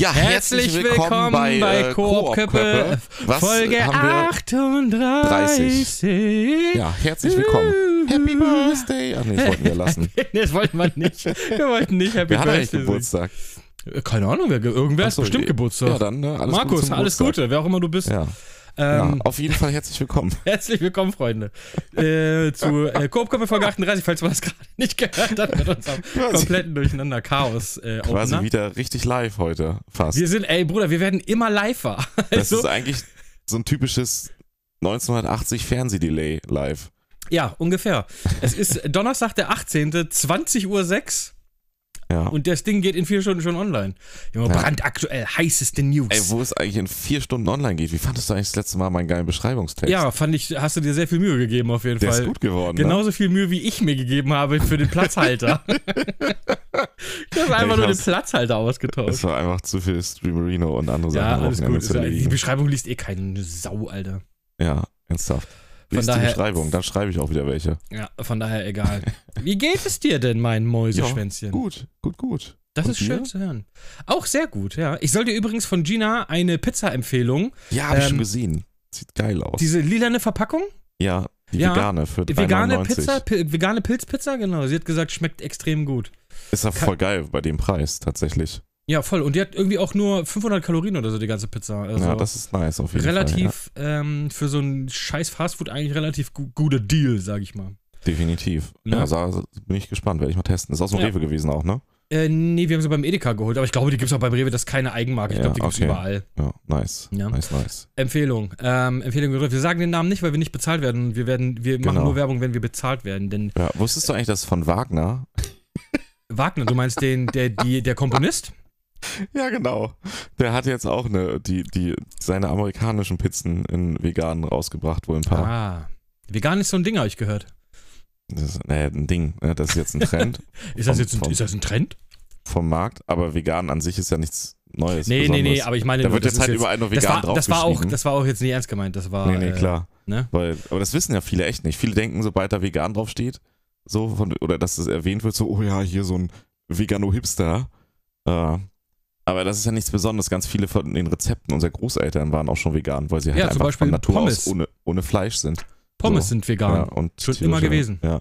Ja, herzlich, willkommen, bei, äh, Coop Koopköppe, Köppe. Was Folge haben wir? 38. Ja, herzlich willkommen. Hm. Happy Birthday. Ach nee, das wollten wir lassen. das wollten wir nicht. Wir wollten nicht Happy Wer hat eigentlich Birthday Geburtstag? singen. Äh, Keine Ahnung, wer, irgendwer Ach hat so, bestimmt ja, Geburtstag. Ja, dann, ne? Alles Gute Markus, zum alles Geburtstag. Gute, wer auch immer du bist. Ja. Ähm, ja, auf jeden Fall herzlich willkommen. Herzlich willkommen, Freunde, äh, zu äh, Koopköppe Folge 38, falls man das gerade nicht gehört hat, mit unserem Quasi. kompletten Durcheinander Chaos äh, Quasi Opener. wieder richtig live heute fast. Wir sind, ey Bruder, wir werden immer liver. das ist eigentlich so ein typisches 1980 Fernsehdelay live. Ja, ungefähr. Es ist Donnerstag, der 18., 20.06 Uhr Ja. und das Ding geht in vier Stunden schon online. Junge, Ja. brandaktuell, heißeste News. Ey, wo es eigentlich in vier Stunden online geht. Wie fandest du eigentlich das letzte Mal meinen geilen Beschreibungstext? ja, fand ich, hast du dir sehr viel Mühe gegeben auf jeden Der Fall. Genau, ist gut geworden. Ne? Genauso viel Mühe, wie ich mir gegeben habe für den Platzhalter. ich habe ich einfach nur den hab's- Platzhalter Es ausgetauscht. war einfach zu viel Streamerino und andere Sachen. Ja, am alles Wochenende gut. Ist zu ja, die erledigen. Beschreibung liest eh keine Sau, Alter. Ja, ernsthaft. Lies die daher- Beschreibung, dann schreibe ich auch wieder welche. Ja, von daher egal. Wie geht es dir denn, mein Mäuseschwänzchen? Gut, gut, gut. Das Und ist schön dir? zu hören. Auch sehr gut, ja. Ich soll dir übrigens von Gina eine Pizza-Empfehlung. Ja, habe ich Ähm, schon gesehen. Sieht geil aus. Diese lilane Verpackung, ja, die Ja, vegane für die vegane 3,99. Pizza, Pi- vegane Pilzpizza, genau. Sie hat gesagt, schmeckt extrem gut. Ist ja Ka- voll geil bei dem Preis tatsächlich. Ja, voll. Und die hat irgendwie auch nur 500 Kalorien oder so, die ganze Pizza. Also ja, das ist nice auf jeden Fall. relativ ähm, für so einen scheiß Fastfood eigentlich relativ gu guter Deal, sag ich mal. Ja, definitiv. Ne? Ja, sah, bin ich gespannt, werde ich mal testen. Ist aus dem Ja. Rewe gewesen auch, ne? Äh, nee, wir haben sie beim Edeka geholt, aber ich glaube, die gibt's auch beim Rewe, das ist keine Eigenmarke. Ich Ja, glaube, die gibt's okay. überall. Ja, nice. Ja. Nice, nice. Empfehlung. Ähm, Empfehlung gedrückt. Wir sagen den Namen nicht, weil wir nicht bezahlt werden. Wir werden, wir machen Genau. nur Werbung, wenn wir bezahlt werden. Denn Ja, wusstest du eigentlich, dass von Wagner? Wagner, du meinst den, der, die, der Komponist? Ja, genau. Der hat jetzt auch eine, die, die, seine amerikanischen Pizzen in veganen rausgebracht, wohl ein paar. Ah. Vegan ist so ein Ding, habe ich gehört. Das ist naja, ein Ding, ne? das ist jetzt ein Trend Ist das Vom- jetzt ein, vom- ist das ein Trend? vom Markt, aber vegan an sich ist ja nichts Neues. Nee, nee, Besonderes. nee, aber ich meine, Da nur, wird das jetzt halt ist überall noch das vegan war, das war auch, draufgeschrieben. das war auch jetzt nicht ernst gemeint. Das war. nee, nee, äh, klar. ne? Weil, aber das wissen ja viele echt nicht. Viele denken, sobald da vegan draufsteht, so von, oder dass es erwähnt wird, so, oh ja, hier so ein Vegano-Hipster. Äh, aber das ist ja nichts Besonderes. Ganz viele von den Rezepten unserer Großeltern waren auch schon vegan, weil sie halt Ja, zum einfach Beispiel von Natur Pommes. aus ohne, ohne Fleisch sind. Pommes So. sind vegan. Ja, und Schon tierische- immer gewesen. Ja.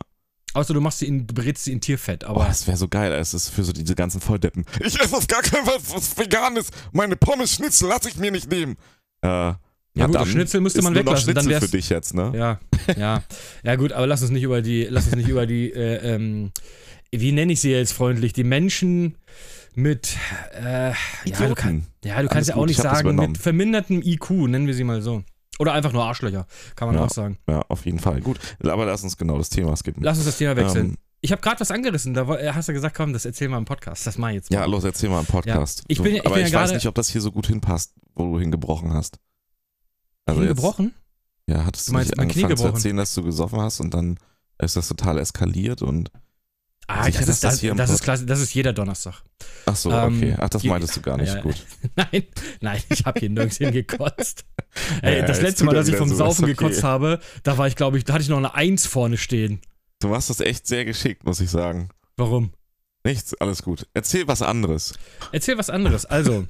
Außer du machst sie in, du brätst sie in Tierfett, Boah, aber. das wäre so geil. Es ist für so diese ganzen Volldeppen. Ich esse auf gar keinen Fall was Veganes. Meine Pommes-Schnitzel lasse ich mir nicht nehmen. Äh, ja, ja, gut, das Schnitzel müsste man nur noch weglassen, dann Schnitzel wär's. für dich jetzt, ne? Ja, ja. Ja, gut, aber lass uns nicht über die, lass uns nicht über die, äh, ähm, wie nenne ich sie jetzt freundlich? Die Menschen mit, äh, ja, du, kann, Idioten. ja, du kannst ja auch gut, nicht ich hab das sagen, übernommen. mit vermindertem IQ, nennen wir sie mal so. Oder einfach nur Arschlöcher, kann man Ja. auch sagen. Ja, auf jeden Fall. Gut, aber lass uns genau das Thema skippen. Lass uns das Thema wechseln. Ähm, ich habe gerade was angerissen, da wo- äh, hast du gesagt, komm, das erzählen wir im Podcast. Das mach ich jetzt mal. ja, los, erzähl mal im Podcast. Ja, ich bin- du, ich bin aber ja ich weiß gerade- nicht, ob das hier so gut hinpasst, wo du hingebrochen hast. Also Knie jetzt- gebrochen? Ja, hattest Du du, meinst, nicht mein Knie angefangen zu gebrochen. erzählen, dass du gesoffen hast und dann ist das total eskaliert und Ah, Sicher, das, dass ist, das das, hier im das ist Pod- klasse, das ist jeder Donnerstag. ach so, Ähm, okay. Ach, das die- meintest du gar nicht. Ja, ja. Gut. Nein, nein, ich habe hier nirgends hingekotzt. Ey, Ja, das jetzt letzte tut Mal, er dass ich wieder vom so, ist Saufen okay. gekotzt habe, da war ich, glaube ich, da hatte ich noch eine Eins vorne stehen. Du machst das echt sehr geschickt, muss ich sagen. Warum? Nichts, alles gut. Erzähl was anderes. Erzähl was anderes. Also,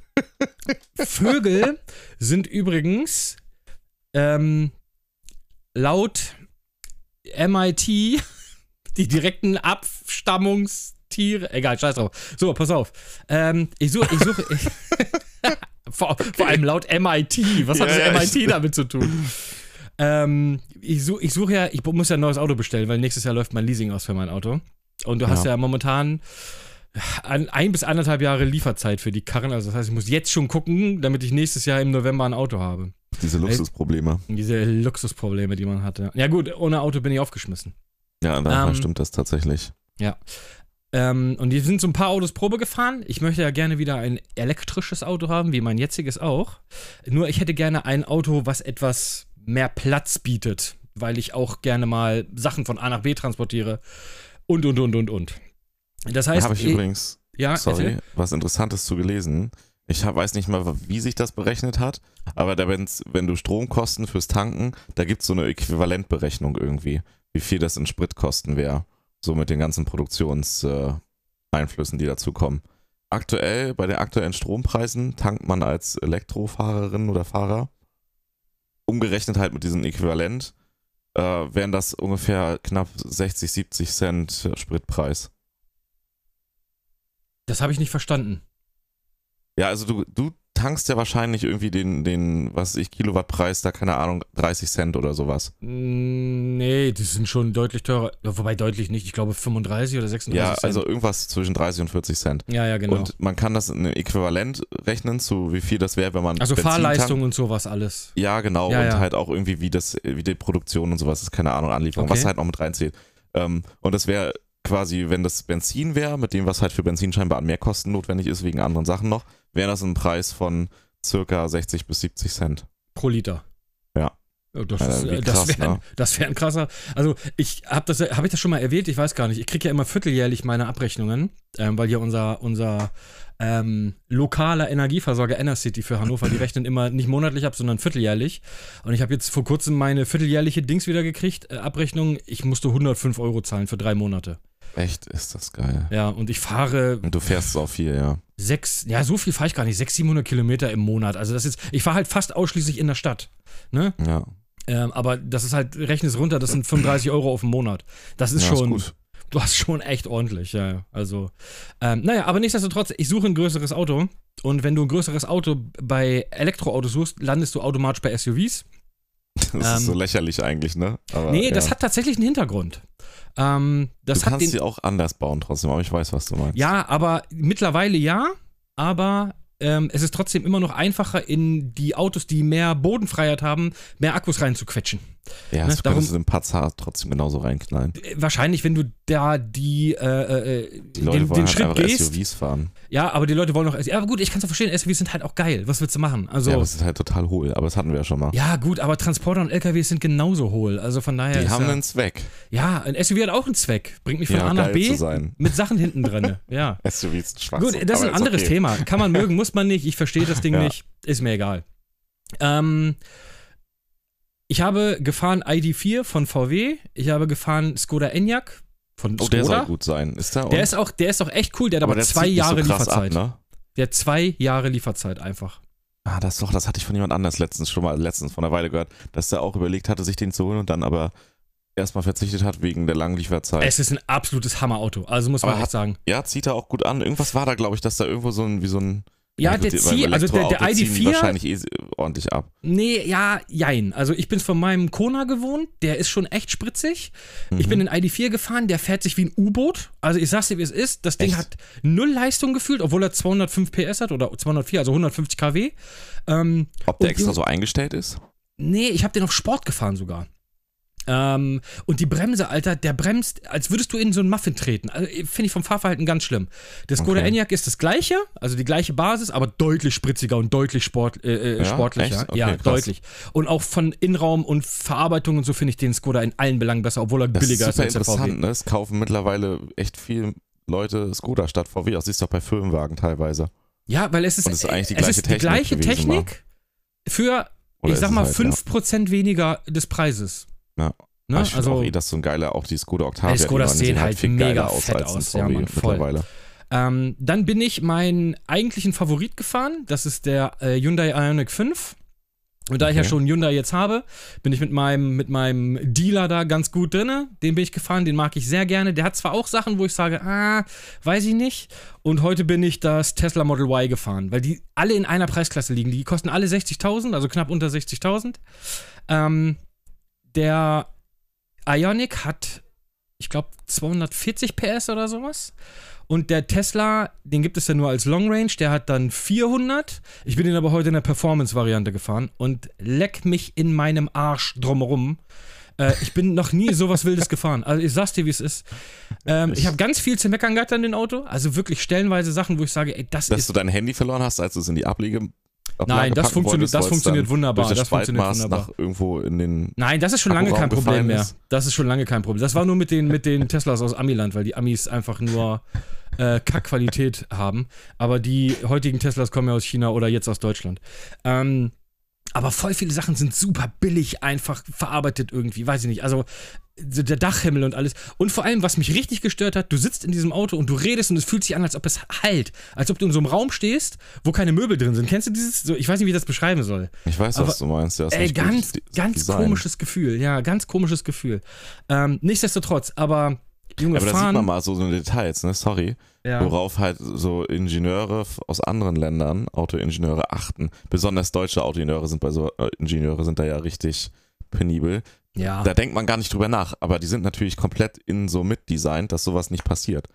Vögel sind übrigens ähm, laut MIT die direkten Abstammungstiere. Egal, scheiß drauf. So, pass auf. Ähm, ich suche. Ich suche ich, vor, vor allem laut MIT. Was hat Ja, ja, das MIT ich- damit zu tun? Ähm, ich suche ich such ja, ich muss ja ein neues Auto bestellen, weil nächstes Jahr läuft mein Leasing aus für mein Auto. Und du hast Ja. ja momentan an, ein bis anderthalb Jahre Lieferzeit für die Karren. Also das heißt, ich muss jetzt schon gucken, damit ich nächstes Jahr im November ein Auto habe. Diese Luxusprobleme. Diese Luxusprobleme, die man hatte. Ja gut, ohne Auto bin ich aufgeschmissen. Ja, da Ähm, stimmt das tatsächlich. Ähm, und hier sind so ein paar Autos Probe gefahren. Ich möchte ja gerne wieder ein elektrisches Auto haben, wie mein jetziges auch. Nur ich hätte gerne ein Auto, was etwas mehr Platz bietet, weil ich auch gerne mal Sachen von A nach B transportiere und, und, und, und, und. Das Da heißt, habe ich eh- übrigens, ja, sorry, erzähl. was Interessantes zu gelesen. Ich hab, weiß nicht mal, wie sich das berechnet hat, aber da, wenn's, wenn du Stromkosten fürs Tanken, da gibt es so eine Äquivalentberechnung irgendwie, wie viel das in Spritkosten wäre. So mit den ganzen Produktionseinflüssen, äh, Einflüssen, die dazu kommen. aktuell, bei den aktuellen Strompreisen, tankt man als Elektrofahrerin oder Fahrer, umgerechnet halt mit diesem Äquivalent, äh, wären das ungefähr knapp 60, 70 Cent Spritpreis. Das habe ich nicht verstanden. Ja, also du, du tankst ja wahrscheinlich irgendwie den, den, was weiß ich, Kilowattpreis, da keine Ahnung, 30 Cent oder sowas. Mm, Nee, die sind schon deutlich teurer. Ja, Wobei deutlich nicht. Ich glaube 35 oder 36 Ja, Cent. also irgendwas zwischen 30 und 40 Cent. ja, ja, genau. Und man kann das in einem Äquivalent rechnen, zu wie viel das wäre, wenn man. also Benzin Fahrleistung tankt. und sowas alles. Ja, genau. Ja, und ja. halt auch irgendwie, wie das, wie die Produktion und sowas ist, keine Ahnung, Anlieferung, Okay. was halt noch mit reinzählt. Ähm, und das wäre quasi, wenn das Benzin wäre, mit dem, was halt für Benzin scheinbar an Mehrkosten notwendig ist, wegen anderen Sachen noch, wäre das ein Preis von circa 60 bis 70 Cent. Pro Liter. Ja. Ja, Das, Ja, ist, wie äh, krass, das wäre ne? das wär ein krasser. Also, ich habe das, habe ich das schon mal erwähnt? Ich weiß gar nicht. Ich kriege ja immer vierteljährlich meine Abrechnungen, ähm, weil hier unser, unser ähm, lokaler Energieversorger Enercity für Hannover, die rechnen immer nicht monatlich ab, sondern vierteljährlich. Und ich habe jetzt vor kurzem meine vierteljährliche Dings wieder gekriegt, äh, Abrechnung. Ich musste 105 Euro zahlen für drei Monate. Echt ist das geil. Ja, und ich fahre Und du fährst es auch viel, ja. sechs, ja, so viel fahre ich gar nicht, sechs, 700 Kilometer im Monat. Also das ist, ich fahre halt fast ausschließlich in der Stadt. Ne? Ja. Ähm, aber das ist halt, rechne es runter, das sind 35 Euro auf den Monat. Das ist ja, schon, gut. du hast schon echt ordentlich, ja. ja. Also, ähm, naja, aber nichtsdestotrotz, ich suche ein größeres Auto. Und wenn du ein größeres Auto bei Elektroautos suchst, landest du automatisch bei SUVs. Das ist Ähm, so lächerlich eigentlich, ne? Aber, nee, ja. das hat tatsächlich einen Hintergrund. Ähm, das du hat kannst den, sie auch anders bauen trotzdem, aber ich weiß, was du meinst. Ja, aber mittlerweile ja, aber ähm, es ist trotzdem immer noch einfacher, in die Autos, die mehr Bodenfreiheit haben, mehr Akkus reinzuquetschen. ja ne, das darum- könntest du den Pazza trotzdem genauso reinknallen. Äh, Wahrscheinlich, wenn du da die, äh, äh, Die Leute den, wollen den halt Schritt einfach gehst. SUVs fahren. Ja, aber die Leute wollen noch. Ja, aber gut, ich kann es verstehen, SUVs sind halt auch geil. Was willst du machen? Also, Ja, ja, aber es ist halt total hohl, aber das hatten wir ja schon mal. gut, aber Transporter und LKWs sind genauso hohl. Also von daher. die ist haben ja, einen Zweck, ja, ein SUV hat auch einen Zweck. Bringt mich von ja, A nach geil B zu sein. mit Sachen hinten dran. ja. SUVs sind schwach. Gut, das ist ein anderes Thema. Kann man mögen, muss man nicht. Ich verstehe das Ding Ja. nicht. Ist mir egal. Ähm, ich habe gefahren ID4 von VW. Ich habe gefahren Skoda Enyaq von Oh, Skoda. der soll gut sein. Ist der? Der ist, auch, der ist auch echt cool. Der hat aber, der zwei zieht nicht Jahre so krass Lieferzeit. Ab, ne? Der hat zwei Jahre Lieferzeit einfach. Ah, das doch, das hatte ich von jemand anders letztens schon mal, letztens von einer Weile gehört, dass der auch überlegt hatte, sich den zu holen und dann aber erstmal verzichtet hat wegen der langen Lieferzeit. Es ist ein absolutes Hammerauto. Also muss Aber man hat- echt sagen. ja, zieht er auch gut an. Irgendwas war da, glaube ich, dass da irgendwo so ein, wie so ein. Ja, gut, der beim zieht, also der, der Elektroauto ziehen die ID4 Wahrscheinlich eh ordentlich ab. Nee, ja, jein. Also ich bin von meinem Kona gewohnt, der ist schon echt spritzig. Ich Mhm. bin in ID4 gefahren, der fährt sich wie ein U-Boot. Also ich sag's dir, wie es ist. Das Ding Echt? hat null Leistung gefühlt, obwohl er 205 PS hat oder 204, also 150 kW. Ähm, Ob der Und extra irgendwie- so eingestellt ist? nee, ich habe den auf Sport gefahren sogar. Ähm, und die Bremse, Alter, der bremst, als würdest du in so einen Muffin treten. Also, Finde ich vom Fahrverhalten ganz schlimm. Der Skoda Okay. Enyaq ist das gleiche, also die gleiche Basis, aber deutlich spritziger und deutlich sport, äh, äh, Ja? sportlicher. Echt? Okay, ja, krass. deutlich. Und auch von Innenraum und Verarbeitung und so finde ich den Skoda in allen Belangen besser, obwohl er Das billiger ist ist super als der VW. interessant, ne? Es kaufen mittlerweile echt viele Leute Skoda statt VW. Das siehst du auch bei Firmenwagen teilweise. Ja, weil es ist, Und es ist eigentlich die es gleiche ist die Technik gleiche gewesen, ne? Technik für, Oder ich ist sag es mal, halt, 5% weniger des Preises. Ja. Ne? Ja. Also, ich Also, also, auch eh, dass so ein geiler, auch die Skoda Octavia, Ey, Skodas die neuen sehen halt mega fett ein aus, ja, Mann, voll. mittlerweile. Ähm, dann bin ich meinen eigentlichen Favorit gefahren. Das ist der äh, Hyundai Ioniq 5. Und da ich ja Okay. schon einen Hyundai jetzt habe, bin ich mit meinem, mit meinem Dealer da ganz gut drinne. Den bin ich gefahren, den mag ich sehr gerne. Der hat zwar auch Sachen, wo ich sage, ah, weiß ich nicht. Und heute bin ich das Tesla Model Y gefahren, weil die alle in einer Preisklasse liegen. Die kosten alle 60.000, also knapp unter 60.000. Ähm, der Ionic hat, ich glaube, 240 PS oder sowas. Und der Tesla, den gibt es ja nur als Long Range, der hat dann 400. Ich bin den aber heute in der Performance-Variante gefahren und leck mich in meinem Arsch drumherum. Äh, ich bin noch nie sowas Wildes gefahren. Also ich sag's dir, wie es ist. Ähm, ich habe ganz viel zu meckern gehabt an dem Auto. Also wirklich stellenweise Sachen, wo ich sage, ey, das Dass ist du dein Handy verloren hast, als du es in die Ablege. Ablage Nein, das packen funktioniert, wolltest, das wolltest funktioniert dann wunderbar. Durch das Das funktioniert Spaltmaß wunderbar. nach irgendwo in den. Nein, das ist schon lange Akkuraum kein Problem gefallen mehr. ist. Das ist schon lange kein Problem. Das war nur mit den, mit den Teslas aus Amiland, weil die Amis einfach nur äh, Kackqualität haben. Aber die heutigen Teslas kommen ja aus China oder jetzt aus Deutschland. Ähm, aber voll viele Sachen sind super billig einfach verarbeitet irgendwie, weiß ich nicht. Also so der Dachhimmel und alles. Und vor allem, was mich richtig gestört hat, du sitzt in diesem Auto und du redest und es fühlt sich an, als ob es halt. Als ob du in so einem Raum stehst, wo keine Möbel drin sind. Kennst du dieses? So, ich weiß nicht, wie ich das beschreiben soll. Ich weiß, Aber- was du meinst. Ja, ist Ey, nicht gut Äh, ganz, de- ganz designt. komisches Gefühl. Ja, ganz komisches Gefühl. Ähm, nichtsdestotrotz, aber Junge, Ja, aber da sieht fahren. man mal so, so Details, ne? Sorry. ja, Worauf halt so Ingenieure f- aus anderen Ländern, Autoingenieure achten. Besonders deutsche Autoingenieure sind bei so äh, Ingenieure sind da ja richtig penibel. ja, Da denkt man gar nicht drüber nach, aber die sind natürlich komplett in so mitdesignt, dass sowas nicht passiert.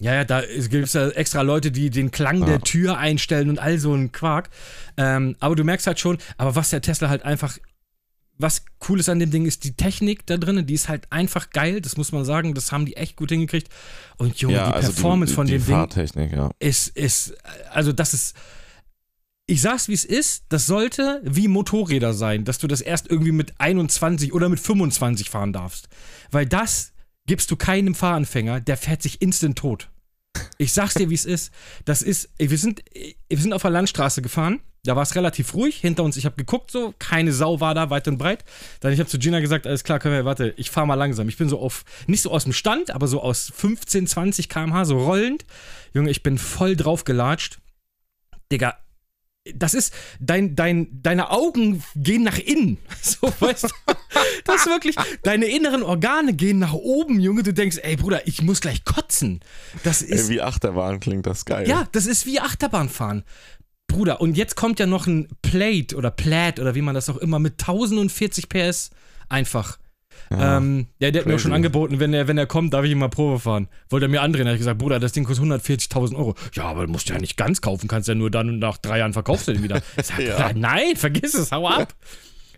ja, ja, da gibt es ja extra Leute, die den Klang Ja. der Tür einstellen und all so ein Quark. Ähm, aber du merkst halt schon, aber was der Tesla halt einfach, was cool ist an dem Ding, ist die Technik da drin, die ist halt einfach geil, das muss man sagen, das haben die echt gut hingekriegt. Und Junge, ja, also die Performance die, von die dem Ding Fahrtechnik, ja. ist, ist, also das ist. Ich sag's, wie es ist, das sollte wie Motorräder sein, dass du das erst irgendwie mit 21 oder mit 25 fahren darfst. Weil das gibst du keinem Fahranfänger, der fährt sich instant tot. Ich sag's dir, wie es ist. Das ist, ey, wir sind, ey, wir sind auf der Landstraße gefahren. Da war es relativ ruhig hinter uns. Ich habe geguckt, so keine Sau war da weit und breit. Dann ich habe zu Gina gesagt, alles klar, können wir, warte, ich fahre mal langsam. Ich bin so auf, nicht so aus dem Stand, aber so aus 15, 20 km/h, so rollend. Junge, ich bin voll drauf gelatscht. Digga, das ist, dein, dein, deine Augen gehen nach innen. So, weißt du? Das ist wirklich, deine inneren Organe gehen nach oben, Junge. Du denkst, ey Bruder, ich muss gleich kotzen. Das ist Ey, wie Achterbahn klingt das geil. ja, das ist wie Achterbahnfahren. Bruder, und jetzt kommt ja noch ein Plate oder Plaid oder wie man das auch immer mit 1040 PS einfach. Ja. ähm, ja, der hat mir auch crazy. schon angeboten, wenn er, wenn er kommt, darf ich ihn mal Probe fahren. Wollte er mir andrehen, habe ich gesagt, Bruder, das Ding kostet 140.000 Euro. Ja, aber du musst ja nicht ganz kaufen, kannst ja nur dann und nach drei Jahren verkaufst du den wieder. Ich sag, Ja. Bruder, nein, vergiss es, hau ab.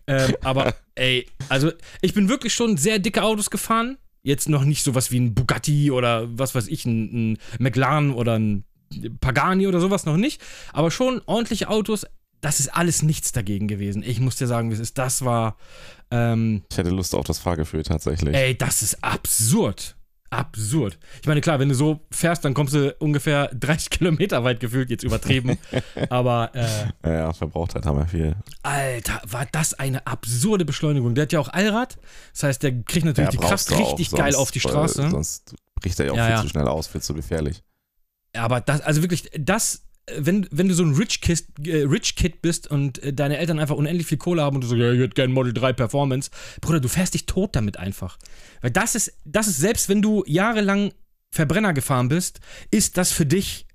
ähm, aber ey, also ich bin wirklich schon sehr dicke Autos gefahren. Jetzt noch nicht sowas wie ein Bugatti oder was weiß ich, ein, ein McLaren oder ein Pagani oder sowas noch nicht. Aber schon ordentliche Autos. Das ist alles nichts dagegen gewesen. Ich muss dir sagen, wie es ist. Das war, ähm, Ich hätte Lust auf das Fahrgefühl tatsächlich. ey, das ist absurd. Absurd. Ich meine, klar, wenn du so fährst, dann kommst du ungefähr 30 Kilometer weit gefühlt, jetzt übertrieben. Aber äh, Ja, ja, verbraucht halt hammer viel. Alter, war das eine absurde Beschleunigung. Der hat ja auch Allrad. Das heißt, der Ja, kriegt natürlich die Kraft brauchst du auch, richtig sonst- geil auf die weil Straße. Sonst bricht er ja auch Ja, viel ja. zu schnell aus, viel zu gefährlich. Aber das, also wirklich, das, äh, wenn, wenn du so ein Rich Kid, äh, Rich Kid bist und äh, deine Eltern einfach unendlich viel Kohle haben und du so, ja, ich hätte gerne Model 3 Performance, Bruder, du fährst dich tot damit einfach. Weil das ist, das ist, selbst wenn du jahrelang Verbrenner gefahren bist, ist das für dich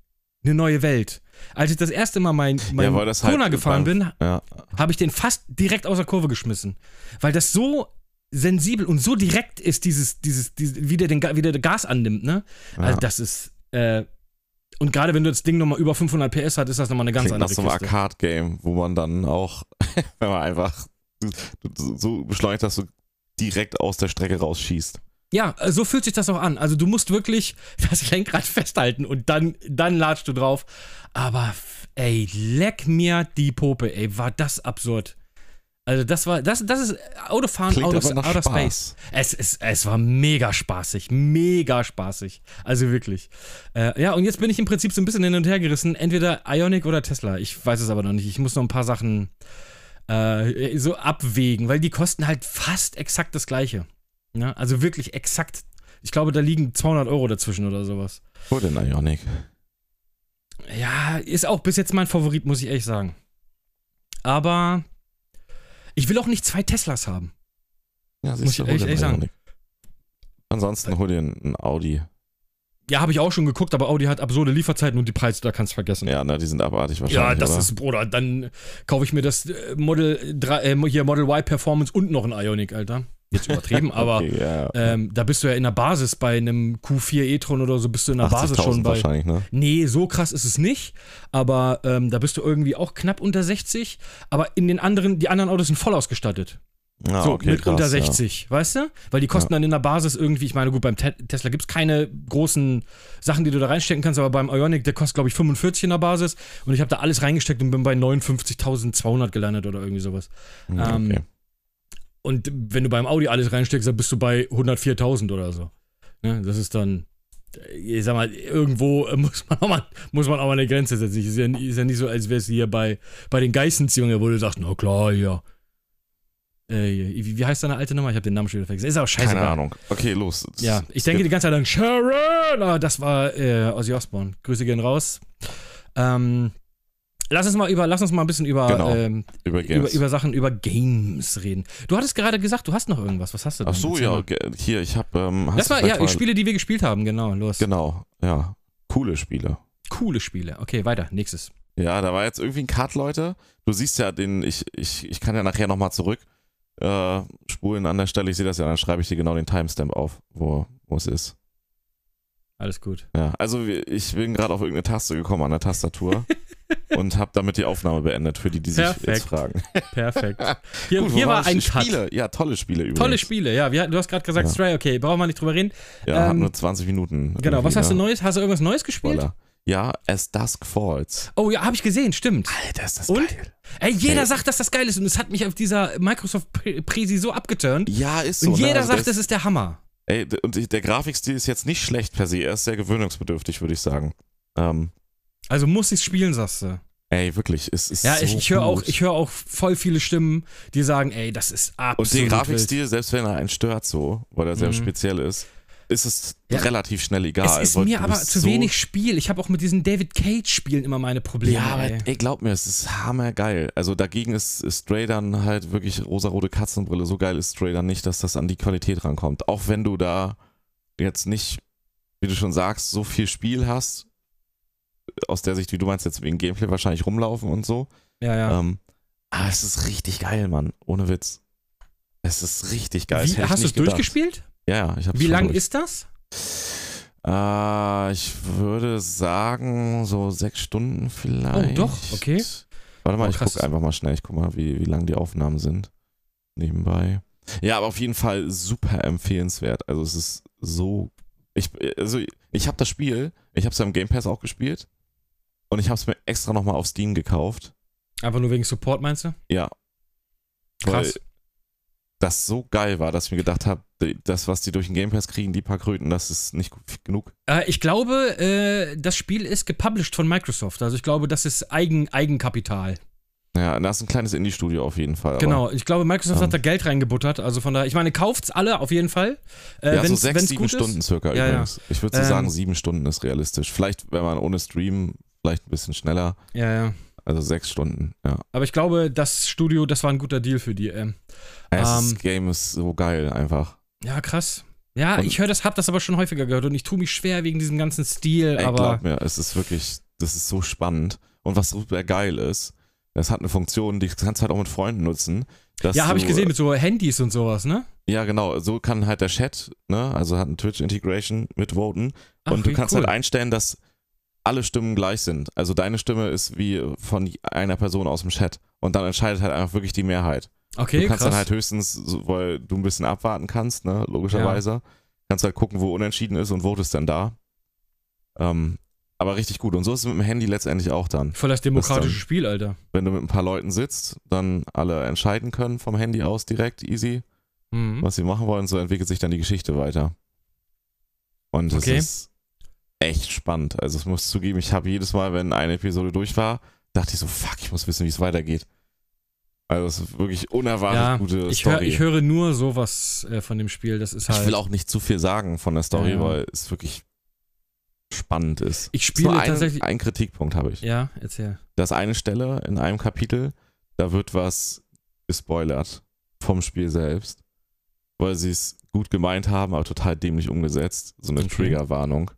eine neue Welt. Als ich das erste Mal mein, mein ja, weil das halt. Kona gefahren beim- bin, Ja, habe ich den fast direkt aus der Kurve geschmissen. Weil das so sensibel und so direkt ist, dieses, dieses, dieses wie, der den, Ga- wie der Gas annimmt, ne? Also Ja. das ist, äh, und gerade wenn du das Ding nochmal über 500 PS hat, ist das nochmal eine ganz klingt nach andere so einem Kiste. Arcade-Game, wo man dann auch, wenn man einfach so- so beschleunigt, dass du direkt aus der Strecke rausschießt. Ja, äh, so fühlt sich das auch an. Also du musst wirklich das Lenkrad festhalten und dann, dann latschst du drauf. Aber f- ey, leck mir die Pope, ey, war das absurd. Also das war, das, das ist Autofahren, Klingt Outer, aber nach Outer Spaß. Space. Es, es, es war mega spaßig, mega spaßig. Also wirklich. Äh, ja, und jetzt bin ich im Prinzip so ein bisschen hin und her gerissen. Entweder Ionic oder Tesla. Ich weiß es aber noch nicht. Ich muss noch ein paar Sachen äh, so abwägen, weil die kosten halt fast exakt das gleiche. Ne? Also wirklich exakt. Ich glaube, da liegen 200 Euro dazwischen oder sowas. Hol den Ionic. Ja, ist auch bis jetzt mein Favorit, muss ich ehrlich sagen. Aber ich will auch nicht zwei Teslas haben. Ja, Muss ich echt- echt sagen. Ansonsten hol dir einen Audi. Ja, habe ich auch schon geguckt, aber Audi hat absurde Lieferzeiten und die Preise, da kannst du vergessen. Ja, na, die sind abartig Ja, wahrscheinlich. das oder? ist, Bruder, dann kaufe ich mir das äh, Model 3, äh, hier Model Y Performance und noch ein Ionic, Alter. Jetzt übertrieben, aber Okay, ja. ähm, da bist du ja in der Basis bei einem Q4 e-tron oder so, bist du in der Basis 80.000 schon bei. wahrscheinlich, ne? Nee, so krass ist es nicht, aber ähm, da bist du irgendwie auch knapp unter 60, aber in den anderen, die anderen Autos sind voll ausgestattet. Ja, So, Ah, okay, mit krass, unter ja. 60, weißt du? Weil die kosten dann in der Basis irgendwie, ich meine, gut, beim Te Tesla gibt es keine großen Sachen, die du da reinstecken kannst, aber beim Ionic, der kostet, glaube ich, 45 in der Basis und ich habe da alles reingesteckt und bin bei 59.200 gelandet oder irgendwie sowas. Hm, ähm, okay. Und wenn du beim Audi alles reinsteckst, dann bist du bei 104.000 oder so. Ne? Das ist dann, ich sag mal, irgendwo äh, muss man auch mal, muss man auch mal eine Grenze setzen. Ist ja, ist ja nicht so, als wärst du hier bei, bei den Geissens, Junge, wo du sagst, na klar, ja. Äh, wie, wie heißt deine alte Nummer? Ich habe den Namen schon wieder vergessen. Ist auch scheiße. Keine Ahnung. Okay, los. Ja, ich denke die ganze Zeit an Sharon. Ah, das war äh, Ozzy Osbourne. Grüße gehen raus. Ähm, lass uns mal über, lass uns mal ein bisschen über, Genau. ähm, über über, Games. über Sachen, über Games reden. Du hattest gerade gesagt, du hast noch irgendwas. Was hast du denn? Ach so, Erzähl ja, mal. ge- hier, ich habe ähm, hast Lass du mal, vielleicht ja, Spiele, die wir gespielt haben, genau, los. Genau, ja. Coole Spiele. Coole Spiele. Okay, weiter, nächstes. Ja, da war jetzt irgendwie ein Cut, Leute. Du siehst ja den, ich, ich, ich kann ja nachher nochmal zurück äh, spulen an der Stelle. Ich sehe das ja, dann schreibe ich dir genau den Timestamp auf, wo, wo es ist. Alles gut. Ja, also wir- ich bin gerade auf irgendeine Taste gekommen an der Tastatur und habe damit die Aufnahme beendet, für die, die sich Perfekt. jetzt fragen. Perfekt. Hier, Gut, wo hier war ich? ein Cut. Spiele. Ja, tolle Spiele übrigens. Tolle Spiele, ja. Wir, du hast gerade gesagt, Ja. Stray, okay, brauchen wir nicht drüber reden. Ja, hat Ähm, nur 20 Minuten. Genau, was irgendwie, hast du ne? Neues? Hast du irgendwas Neues gespielt? Voller. Ja, As Dusk Falls. Oh ja, habe ich gesehen, stimmt. Alter, ist das Und? geil. Ey, jeder Ey. sagt, dass das geil ist und es hat mich auf dieser Microsoft Pre- Presi so abgeturnt. Ja, ist so. Und ne? jeder Also sagt, der das ist, ist der Hammer. Ey, d- und die- der Grafikstil ist jetzt nicht schlecht per se. Er ist sehr gewöhnungsbedürftig, würde ich sagen. Ähm, Also muss ich's spielen, sagst du. ey, wirklich, es ist Ja, so ich, ich höre auch, gut. ich höre auch voll viele Stimmen, die sagen, ey, das ist und absolut den wild. Grafikstil, selbst wenn er einen stört so, weil er sehr Mhm. speziell ist, ist es Ja. relativ schnell egal. Es ist weil mir du aber bist zu so wenig Spiel. Ich habe auch mit diesen David Cage-Spielen immer meine Probleme. Ja, aber ey. ey, glaub mir, es ist hammergeil. Also dagegen ist ist Stray dann halt wirklich rosarote Katzenbrille. So geil ist Stray dann nicht, dass das an die Qualität rankommt. Auch wenn du da jetzt nicht, wie du schon sagst, so viel Spiel hast, aus der Sicht, wie du meinst, jetzt wegen Gameplay wahrscheinlich rumlaufen und so. ja, ja. Ähm, aber es ist richtig geil, Mann. Ohne Witz. Es ist richtig geil. Das Wie, hätte ich hast du es nicht gedacht. durchgespielt? Ja, ja, ich hab's Wie schon lang durch. ist das? Äh, ich würde sagen, so sechs Stunden vielleicht. Oh, doch, okay. Warte mal, Oh, ich krass. gucke einfach mal schnell. Ich guck mal, wie, wie lang die Aufnahmen sind. Nebenbei. Ja, aber auf jeden Fall super empfehlenswert. Also es ist so. Ich, also ich habe das Spiel, ich habe es ja im Game Pass auch gespielt und ich habe es mir extra nochmal auf Steam gekauft. Einfach nur wegen Support, meinst du? Ja. Weil Krass. das so geil war, dass ich mir gedacht habe, das, was die durch den Game Pass kriegen, die paar Kröten, das ist nicht gut genug. Äh, ich glaube, äh, das Spiel ist gepublished von Microsoft. Also ich glaube, das ist Eigen, Eigenkapital. Ja, das ist ein kleines Indie-Studio auf jeden Fall. aber- genau. Ich glaube, Microsoft Ähm. hat da Geld reingebuttert. Also von daher, ich meine, kauft's alle auf jeden Fall. Äh, ja, so wenn's- sechs, wenn's sieben gut Stunden Ist. circa Ja, ja. übrigens. Ich würde so Ähm. sagen, sieben Stunden ist realistisch. Vielleicht, wenn man ohne Stream, vielleicht ein bisschen schneller. Ja, ja. Also sechs Stunden, ja. Aber ich glaube, das Studio, das war ein guter Deal für die. Ähm. Das Ähm. Game ist so geil einfach. Ja, krass. Ja, Und- ich höre das, hab das aber schon häufiger gehört und ich tue mich schwer wegen diesem ganzen Stil, Ey, aber. glaub mir, es ist wirklich, das ist so spannend. Und was super geil ist, das hat eine Funktion, die kannst du halt auch mit Freunden nutzen. dass Ja, habe ich du- äh, gesehen mit so Handys und sowas, ne? Ja, genau. So kann halt der Chat, ne, also hat eine Twitch-Integration mit Voten. Ach, und du wie kannst cool. halt einstellen, dass alle Stimmen gleich sind. Also deine Stimme ist wie von einer Person aus dem Chat. Und dann entscheidet halt einfach wirklich die Mehrheit. Okay, du kannst krass. dann halt höchstens, so, weil du ein bisschen abwarten kannst, ne, logischerweise. Kannst halt gucken, wo unentschieden ist und votest dann da. Ähm, aber richtig gut. Und so ist es mit dem Handy letztendlich auch dann. Voll das demokratische das dann- Spiel, Alter. Wenn du mit ein paar Leuten sitzt, dann alle entscheiden können vom Handy aus direkt, easy, Mhm. was sie machen wollen. So entwickelt sich dann die Geschichte weiter. Und Okay. es ist echt spannend. Also ich muss zugeben, ich habe jedes Mal, wenn eine Episode durch war, dachte ich so, fuck, ich muss wissen, wie es weitergeht. Also es ist wirklich unerwartet Ja, gute Ich, Story. hör, ich höre nur sowas äh, von dem Spiel, das ist halt. Ich will auch nicht zu viel sagen von der Story, Ja. weil es wirklich spannend ist. Ich Es ist nur spiele ein, tatsächlich. ein Kritikpunkt habe ich. Ja, erzähl. Das eine Stelle in einem Kapitel, da wird was gespoilert vom Spiel selbst, weil sie es gut gemeint haben, aber total dämlich umgesetzt. So eine Okay. Triggerwarnung.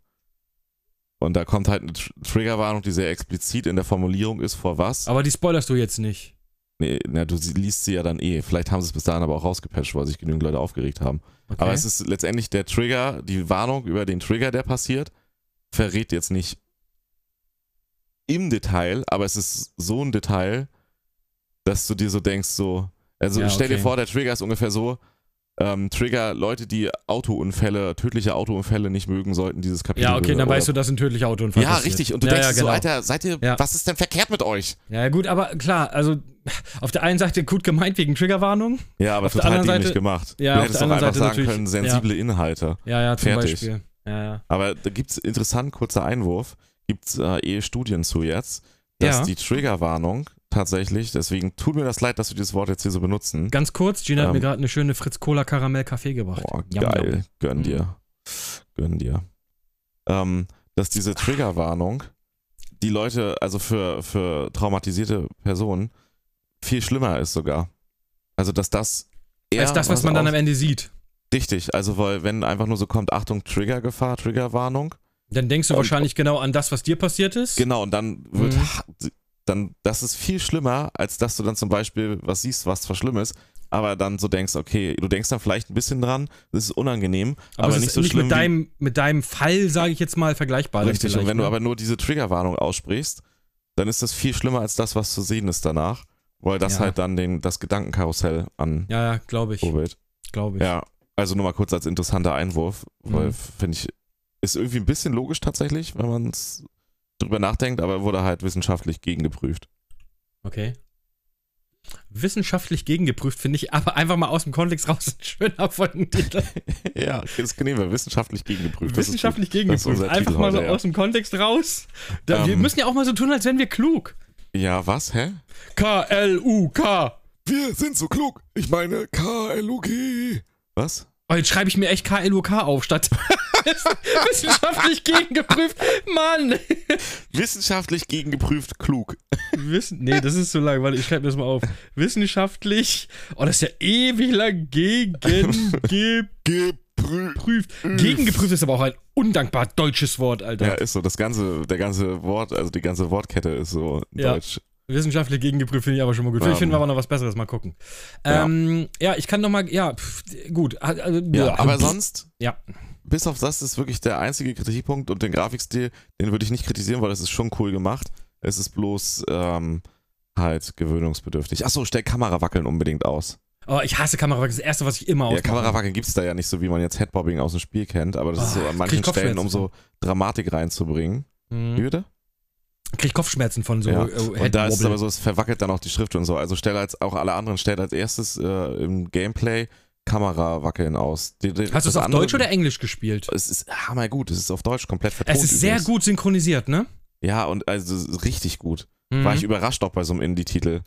Und da kommt halt eine Tr- Triggerwarnung, die sehr explizit in der Formulierung ist, vor was. Aber die spoilerst du jetzt nicht. Nee, na, du sie- liest sie ja dann eh. Vielleicht haben sie es bis dahin aber auch rausgepatcht, weil sich genügend Leute aufgeregt haben. Okay. Aber es ist letztendlich der Trigger, die Warnung über den Trigger, der passiert, verrät jetzt nicht im Detail, aber es ist so ein Detail, dass du dir so denkst, so, also Ja, stell dir okay. vor, der Trigger ist ungefähr so, ähm, Trigger, Leute, die Autounfälle, tödliche Autounfälle nicht mögen, sollten dieses Kapitel. ja, okay, dann oder- weißt du, dass ein tödlicher Autounfall Ja, passiert. richtig. Und du ja, denkst ja, dir genau. so, Alter, seid ihr, Ja. was ist denn verkehrt mit euch? Ja, gut, aber klar, also auf der einen Seite gut gemeint wegen Triggerwarnung. Ja, aber Auf der total anderen dämlich Seite- gemacht. Ja, du auf hättest der auch anderen einfach Seite sagen können, natürlich- ja. sensible Inhalte. Ja, ja, zum Fertig. Beispiel. Ja, ja. Aber da gibt's interessant, kurzer Einwurf, gibt's äh, eh Studien zu jetzt, dass Ja. die Triggerwarnung tatsächlich. Deswegen tut mir das leid, dass wir dieses Wort jetzt hier so benutzen. Ganz kurz, Gina hat Ähm. mir gerade eine schöne Fritz Cola Karamell Kaffee gebracht. Boah, Yum, yum. geil. Gönn dir. Gönn dir. Ähm, dass diese Triggerwarnung die Leute, also für, für traumatisierte Personen, viel schlimmer ist sogar. Also, dass das eher Als das, was man dann aus- am Ende sieht. Richtig, also, weil, wenn einfach nur so kommt, Achtung, Triggergefahr, Triggerwarnung. Dann denkst du Und- wahrscheinlich genau an das, was dir passiert ist. Genau, und dann wird. Mhm. ha- Dann, das ist viel schlimmer, als dass du dann zum Beispiel was siehst, was zwar schlimm ist, aber dann so denkst, okay, du denkst dann vielleicht ein bisschen dran, das ist unangenehm, aber, aber, es nicht ist so nicht schlimm. mit, wie- deinem, mit deinem Fall, sage ich jetzt mal, vergleichbar. dann Richtig, und vielleicht, wenn du ne? aber nur diese Triggerwarnung aussprichst, dann ist das viel schlimmer als das, was zu sehen ist danach, weil das Ja. halt dann den, das Gedankenkarussell ankurbelt. Ja, ja, glaube ich. Glaube ich. Oh, Ja, also nur mal kurz als interessanter Einwurf, weil Mhm. finde ich, ist irgendwie ein bisschen logisch tatsächlich, wenn man es drüber nachdenkt, aber wurde halt wissenschaftlich gegengeprüft. Okay. Wissenschaftlich gegengeprüft, finde ich, aber einfach mal aus dem Kontext raus. Ein schöner Folgentitel. ja, das nehmen wir, wissenschaftlich gegengeprüft. das ist gut. Wissenschaftlich Das ist gegengeprüft. unser Einfach Titel mal so heute, ja. aus dem Kontext raus. Da, wir Ähm. müssen ja auch mal so tun, als wären wir klug. Ja, was, hä? K-L-U-K. Wir sind so klug. Ich meine K-L-U-G. Was? Oh, jetzt schreibe ich mir echt KLUK auf, statt wissenschaftlich gegengeprüft. Mann! Wissenschaftlich gegengeprüft klug. Wissen, nee, das ist zu lang. Warte, ich schreibe mir das mal auf. Wissenschaftlich. Oh, das ist ja ewig lang gegengeprüft. Geprüft. Gegengeprüft ist aber auch ein undankbar deutsches Wort, Alter. Ja, ist so. Das ganze, der ganze Wort, also die ganze Wortkette ist so in Ja. deutsch. Wissenschaftlich gegengeprüft finde ich aber schon mal gut. Vielleicht Ähm. finden wir aber noch was Besseres. Mal gucken. Ja. Ähm, ja, ich kann noch mal. Ja, pff, gut. Ah, Also, Ja, ja, aber pff, sonst, Ja. bis auf das ist wirklich der einzige Kritikpunkt und den Grafikstil, den würde ich nicht kritisieren, weil das ist schon cool gemacht. Es ist bloß ähm, halt gewöhnungsbedürftig. Achso, stell Kamerawackeln unbedingt aus. Oh, ich hasse Kamerawackeln. Das ist das Erste, was ich immer ja, Kamerawackeln gibt es da ja nicht so, wie man jetzt Headbobbing aus dem Spiel kennt, aber das ist so Ah, an krieg manchen ich Kopfschmerzen. Stellen, um so Dramatik reinzubringen. Wie Mhm. bitte? Krieg ich Kopfschmerzen von so ja. äh, und da ist es Headwobble. aber so, es verwackelt dann auch die Schrift und so. Also stell als auch alle anderen, stell als erstes äh, im Gameplay Kamerawackeln aus. Die, die, Hast du es das auf andere- Deutsch oder Englisch gespielt? Es ist hammergut, es ist auf Deutsch komplett vertont. Es ist sehr übrigens. gut synchronisiert, ne? Ja, und also es ist richtig gut. Mhm. War ich überrascht auch bei so einem Indie-Titel,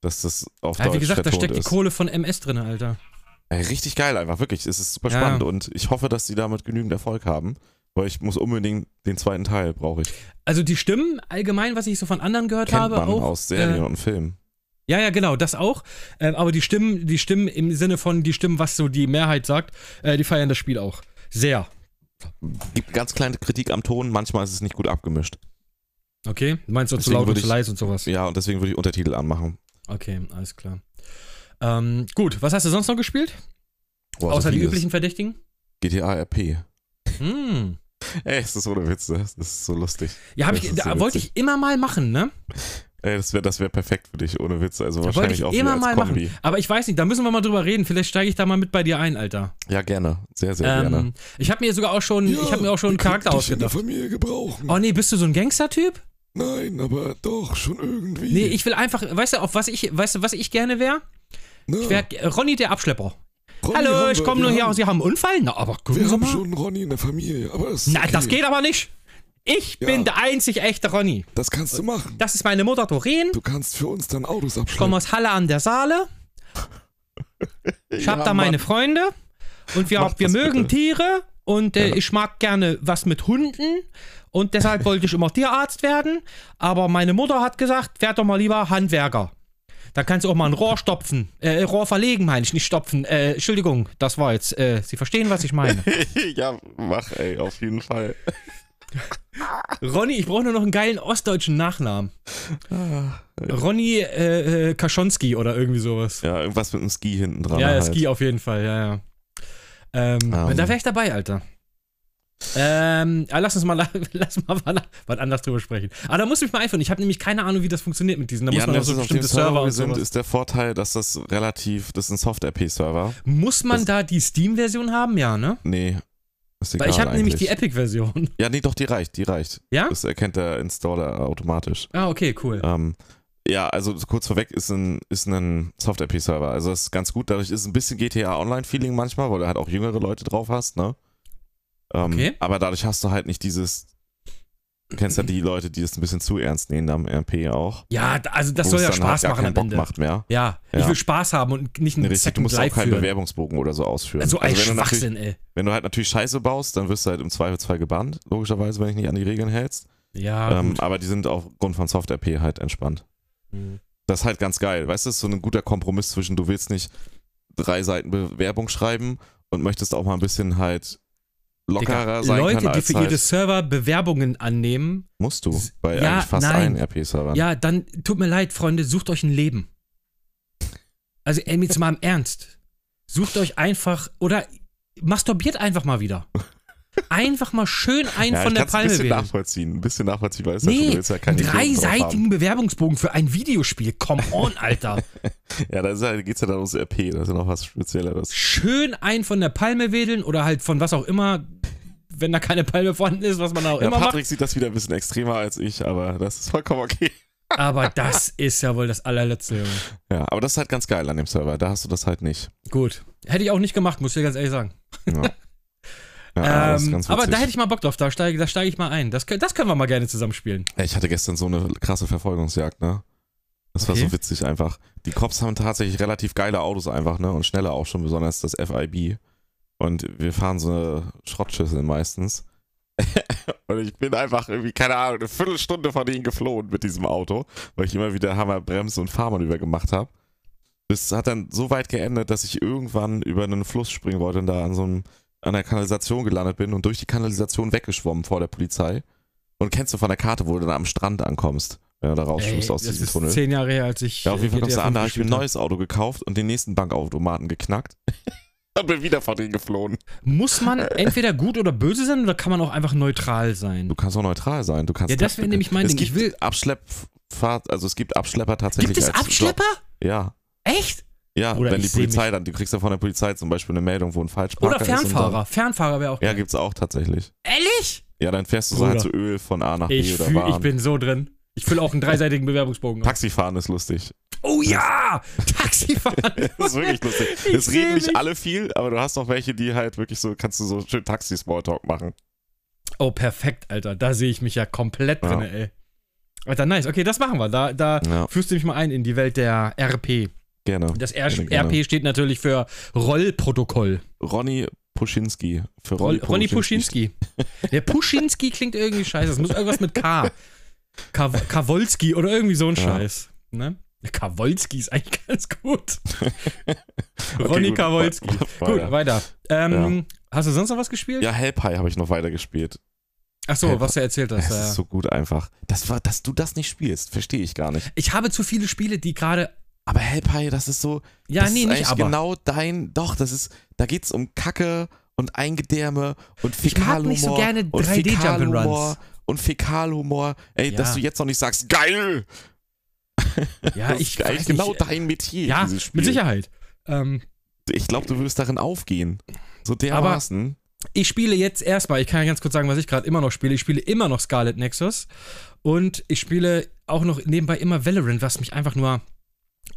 dass das auf Ja, Deutsch wie gesagt, da vertont steckt die ist. Kohle von MS drin, Alter. Ey, richtig geil einfach, wirklich. Es ist super Ja. spannend und ich hoffe, dass sie damit genügend Erfolg haben, weil ich muss unbedingt den zweiten Teil brauche ich. Also die Stimmen allgemein, was ich so von anderen gehört Kennt habe, man auch. äh, aus Serien und Filmen. Ja, ja, genau, das auch. Ähm, aber die Stimmen, die Stimmen im Sinne von die Stimmen, was so die Mehrheit sagt, äh, die feiern das Spiel auch. Sehr. Gibt ganz kleine Kritik am Ton, manchmal ist es nicht gut abgemischt. Okay? Du meinst du zu Deswegen laut und würde zu ich- leise und sowas? Ja, und deswegen würde ich Untertitel anmachen. Okay, alles klar. Ähm, gut, was hast du sonst noch gespielt? Boah, Außer so die vieles. üblichen Verdächtigen? GTA RP. Hm. Ey, ist das ohne Witze, das ist so lustig. Ja, hab Das ich, ist da so wollte ich immer mal machen, ne? Ey, das wäre das wär perfekt für dich, ohne Witze. Also Da wollte wahrscheinlich ich auch immer wieder mal als Kombi. machen. Aber ich weiß nicht, da müssen wir mal drüber reden. Vielleicht steige ich da mal mit bei dir ein, Alter. Ja, gerne. Sehr, sehr gerne. Ähm, ich habe mir sogar auch schon, ich habe mir auch schon einen Charakter ausgedacht. Familie gebrauchen. Oh nee, bist du so ein Gangster-Typ? Nein, aber doch, schon irgendwie. Nee, ich will einfach, weißt du, auf was ich, weißt du, was ich gerne wäre? Ich wäre äh, Ronny der Abschlepper. Hallo, ich komme nur hier aus. Sie haben einen Unfall? Na, aber gucken Sie mal. einen Ronny in der Familie, aber das, Na, das geht aber nicht. Ich Ja. bin der einzig echte Ronny. Das kannst du machen. Das ist meine Mutter Doreen. Du kannst für uns dann Autos Ich abschleppen. komme aus Halle an der Saale. Ich habe da meine Freunde. Und wir, Mach wir das mögen bitte. Tiere. Und äh, ich mag gerne was mit Hunden. Und deshalb wollte ich immer Tierarzt werden. Aber meine Mutter hat gesagt, werd doch mal lieber Handwerker. Da kannst du auch mal ein Rohr stopfen. Äh, Rohr verlegen, meine ich, nicht stopfen. Äh, Entschuldigung, das war jetzt. Äh, Sie verstehen, was ich meine. ja, mach, ey, auf jeden Fall. Ronny, ich brauche nur noch einen geilen ostdeutschen Nachnamen. Ah. Ronny äh, äh, Kaschonski oder irgendwie sowas. Ja, irgendwas mit einem Ski hinten dran. Ja, ja, halt. Ski auf jeden Fall, ja, ja. Ähm, Da wäre ich dabei, Alter. Ähm, aber lass uns mal, lass mal wann- wann anders drüber sprechen. Aber da muss ich mal einführen. Ich habe nämlich keine Ahnung, wie das funktioniert mit diesen. Da Ja, ne, muss man das auf so ist bestimmte auf dem Server, Server wo und wir sind, sowas. ist der Vorteil, dass das relativ, das ist ein Soft-RP-Server. Muss man das- da die Steam-Version haben? Ja, ne? Nee, ist egal Weil ich habe nämlich die eigentlich. Epic-Version. Ja, nee, doch, die reicht, die reicht. Ja? Das erkennt der Installer automatisch. Ah, okay, cool. Ähm, ja, also kurz vorweg ist ein, ist ein Soft-IP-Server. Also das ist ganz gut. Dadurch ist es ein bisschen GTA Online-Feeling manchmal, weil du halt auch jüngere Leute drauf hast, ne? Ähm, Okay. Aber dadurch hast du halt nicht dieses Du kennst ja die Leute, die das ein bisschen zu ernst nehmen am RP auch. Ja, da- also das Wo soll es ja dann Spaß halt gar machen keinen am Bock Ende. macht mehr. Ja, ich Ja. will Spaß haben und nicht einen Nee, richtig, du Second musst auch Life keinen führen. Bewerbungsbogen oder so ausführen. Also ein wenn, du natürlich, Schwachsinn, ey. wenn du halt natürlich Scheiße baust, dann wirst du halt im Zweifelsfall gebannt, logischerweise, wenn dich nicht an die Regeln hältst. Ja, ähm, gut. aber die sind aufgrund von Soft-RP halt entspannt. Mhm. Das ist halt ganz geil. Weißt du, das ist so ein guter Kompromiss zwischen, du willst nicht drei Seiten Bewerbung schreiben und möchtest auch mal ein bisschen halt lockerer Digga, sein Leute, können die als für halt, ihre Server Bewerbungen annehmen, musst du bei Ja, eigentlich fast nein. allen RP-Servern. ja, dann tut mir leid, Freunde, sucht euch ein Leben. Also, ey, jetzt mal im Ernst. Sucht euch einfach oder masturbiert einfach mal wieder. Einfach mal schön einen Ja, von ich der kann's ein Palme bisschen wählen. nachvollziehen, ein bisschen nachvollziehen, weil es ja schon- du Nee, willst ja einen keine Idioten drauf haben. dreiseitigen Bewerbungsbogen für ein Videospiel. Come on, Alter. Ja, da ist halt, geht's ja dann ums RP, das ist ja noch was Spezielleres. Schön einen von der Palme wedeln oder halt von was auch immer, wenn da keine Palme vorhanden ist, was man da auch Ja, immer Patrick sieht das wieder ein bisschen extremer als ich, aber das ist vollkommen okay. macht. Aber das ist ja wohl das allerletzte, Junge. Ja, aber das ist halt ganz geil an dem Server, da hast du das halt nicht. Gut. Hätte ich auch nicht gemacht, muss ich dir ganz ehrlich sagen. Ja. Ja, das ist Ähm, ganz aber witzig. da hätte ich mal Bock drauf, da steige da steig ich mal ein. Das, kö- das können wir mal gerne zusammenspielen. Ey, Ich hatte gestern so eine krasse Verfolgungsjagd, ne? Das war Okay. so witzig einfach. Die Cops haben tatsächlich relativ geile Autos einfach, ne? Und schneller auch schon, besonders das FIB. Und wir fahren so eine Schrottschüssel meistens. Und ich bin einfach irgendwie, keine Ahnung, eine Viertelstunde von denen geflohen mit diesem Auto, weil ich immer wieder Hammer, Bremse und Fahrmanöver gemacht habe. Das hat dann so weit geendet, dass ich irgendwann über einen Fluss springen wollte und da an so einem, an der Kanalisation gelandet bin und durch die Kanalisation weggeschwommen vor der Polizei. Und kennst du von der Karte, wo du dann am Strand ankommst, wenn du da rausschwimmst Oh, aus das diesem ist Tunnel? zehn Jahre her, als ich. Ja, auf jeden Fall äh, kommst du GTA an, da fünf habe ich mir ein gespielt neues Auto gekauft und den nächsten Bankautomaten geknackt. und bin wieder von denen geflohen. habe. Muss man entweder gut oder böse sein oder kann man auch einfach neutral sein? Du kannst auch neutral sein. Du kannst Ja, das wäre nämlich mein es Ding. Gibt Ich will- Abschleppfahrt, also es gibt Abschlepper tatsächlich. also, Gibt es als Abschlepper? Job. Ja. Echt? Ja, Oder wenn die ich seh Polizei dann, du kriegst ja von der Polizei zum Beispiel eine Meldung, wo ein Falschparker Oder ist. und Fernfahrer. Fernfahrer wäre auch. Dann, ja, gibt's auch tatsächlich. Ehrlich? Ja, dann fährst du so halt zu Bruder. Öl von A nach B Ich, oder fühl, ich Bahn. bin so drin. Ich fülle auch einen dreiseitigen Bewerbungsbogen. aus. Taxifahren ist lustig. Oh ja! Taxifahren! Das ist wirklich lustig. Ich Es reden seh nicht mich. alle viel, aber du hast auch welche, die halt wirklich so, kannst du so schön Taxi-Smalltalk machen. Oh, perfekt, Alter. Da sehe ich mich ja komplett Ja. drin, ey. Alter, nice. Okay, das machen wir. Da, da Ja. führst du mich mal ein in die Welt der RP. Gerne. Das R Gerne, gerne. RP steht natürlich für Rollprotokoll. Ronny Puschinski. Für Roll, Ronny, Ronny Puschinski. Der Puschinski klingt irgendwie scheiße. Das muss irgendwas mit K. Ka Kawolski oder irgendwie so ein Ja. Scheiß. Ne? Kawolski ist eigentlich ganz gut. Ronny gut. Kawolski. Gut, Weiter. weiter. Ähm, Hast du sonst noch was gespielt? Ja, Hell Pie habe ich noch weitergespielt. Ach so, was du erzählt hast. Das ja. ist so gut einfach. Das war, dass du das nicht spielst, verstehe ich gar nicht. Ich habe zu viele Spiele, die gerade. Aber Hell Pie, das ist so. Ja, das nee, ist nicht eigentlich aber. genau dein. Doch, das ist. Da geht's um Kacke und Eingedärme und Fäkalhumor. nicht so gerne und 3D Jump'n'Runs. Fäkalhumor Und Fäkalhumor. Ey, Ja. dass du jetzt noch nicht sagst, geil! Ja, Das ich ist eigentlich weiß genau nicht. dein Metier, Ja, dieses Spiel. mit Sicherheit. Ähm, Ich glaube, du würdest darin aufgehen. So dermaßen. ich spiele jetzt erstmal, ich kann ja ganz kurz sagen, was ich gerade immer noch spiele. Ich spiele immer noch Scarlet Nexus und ich spiele auch noch nebenbei immer Valorant, was mich einfach nur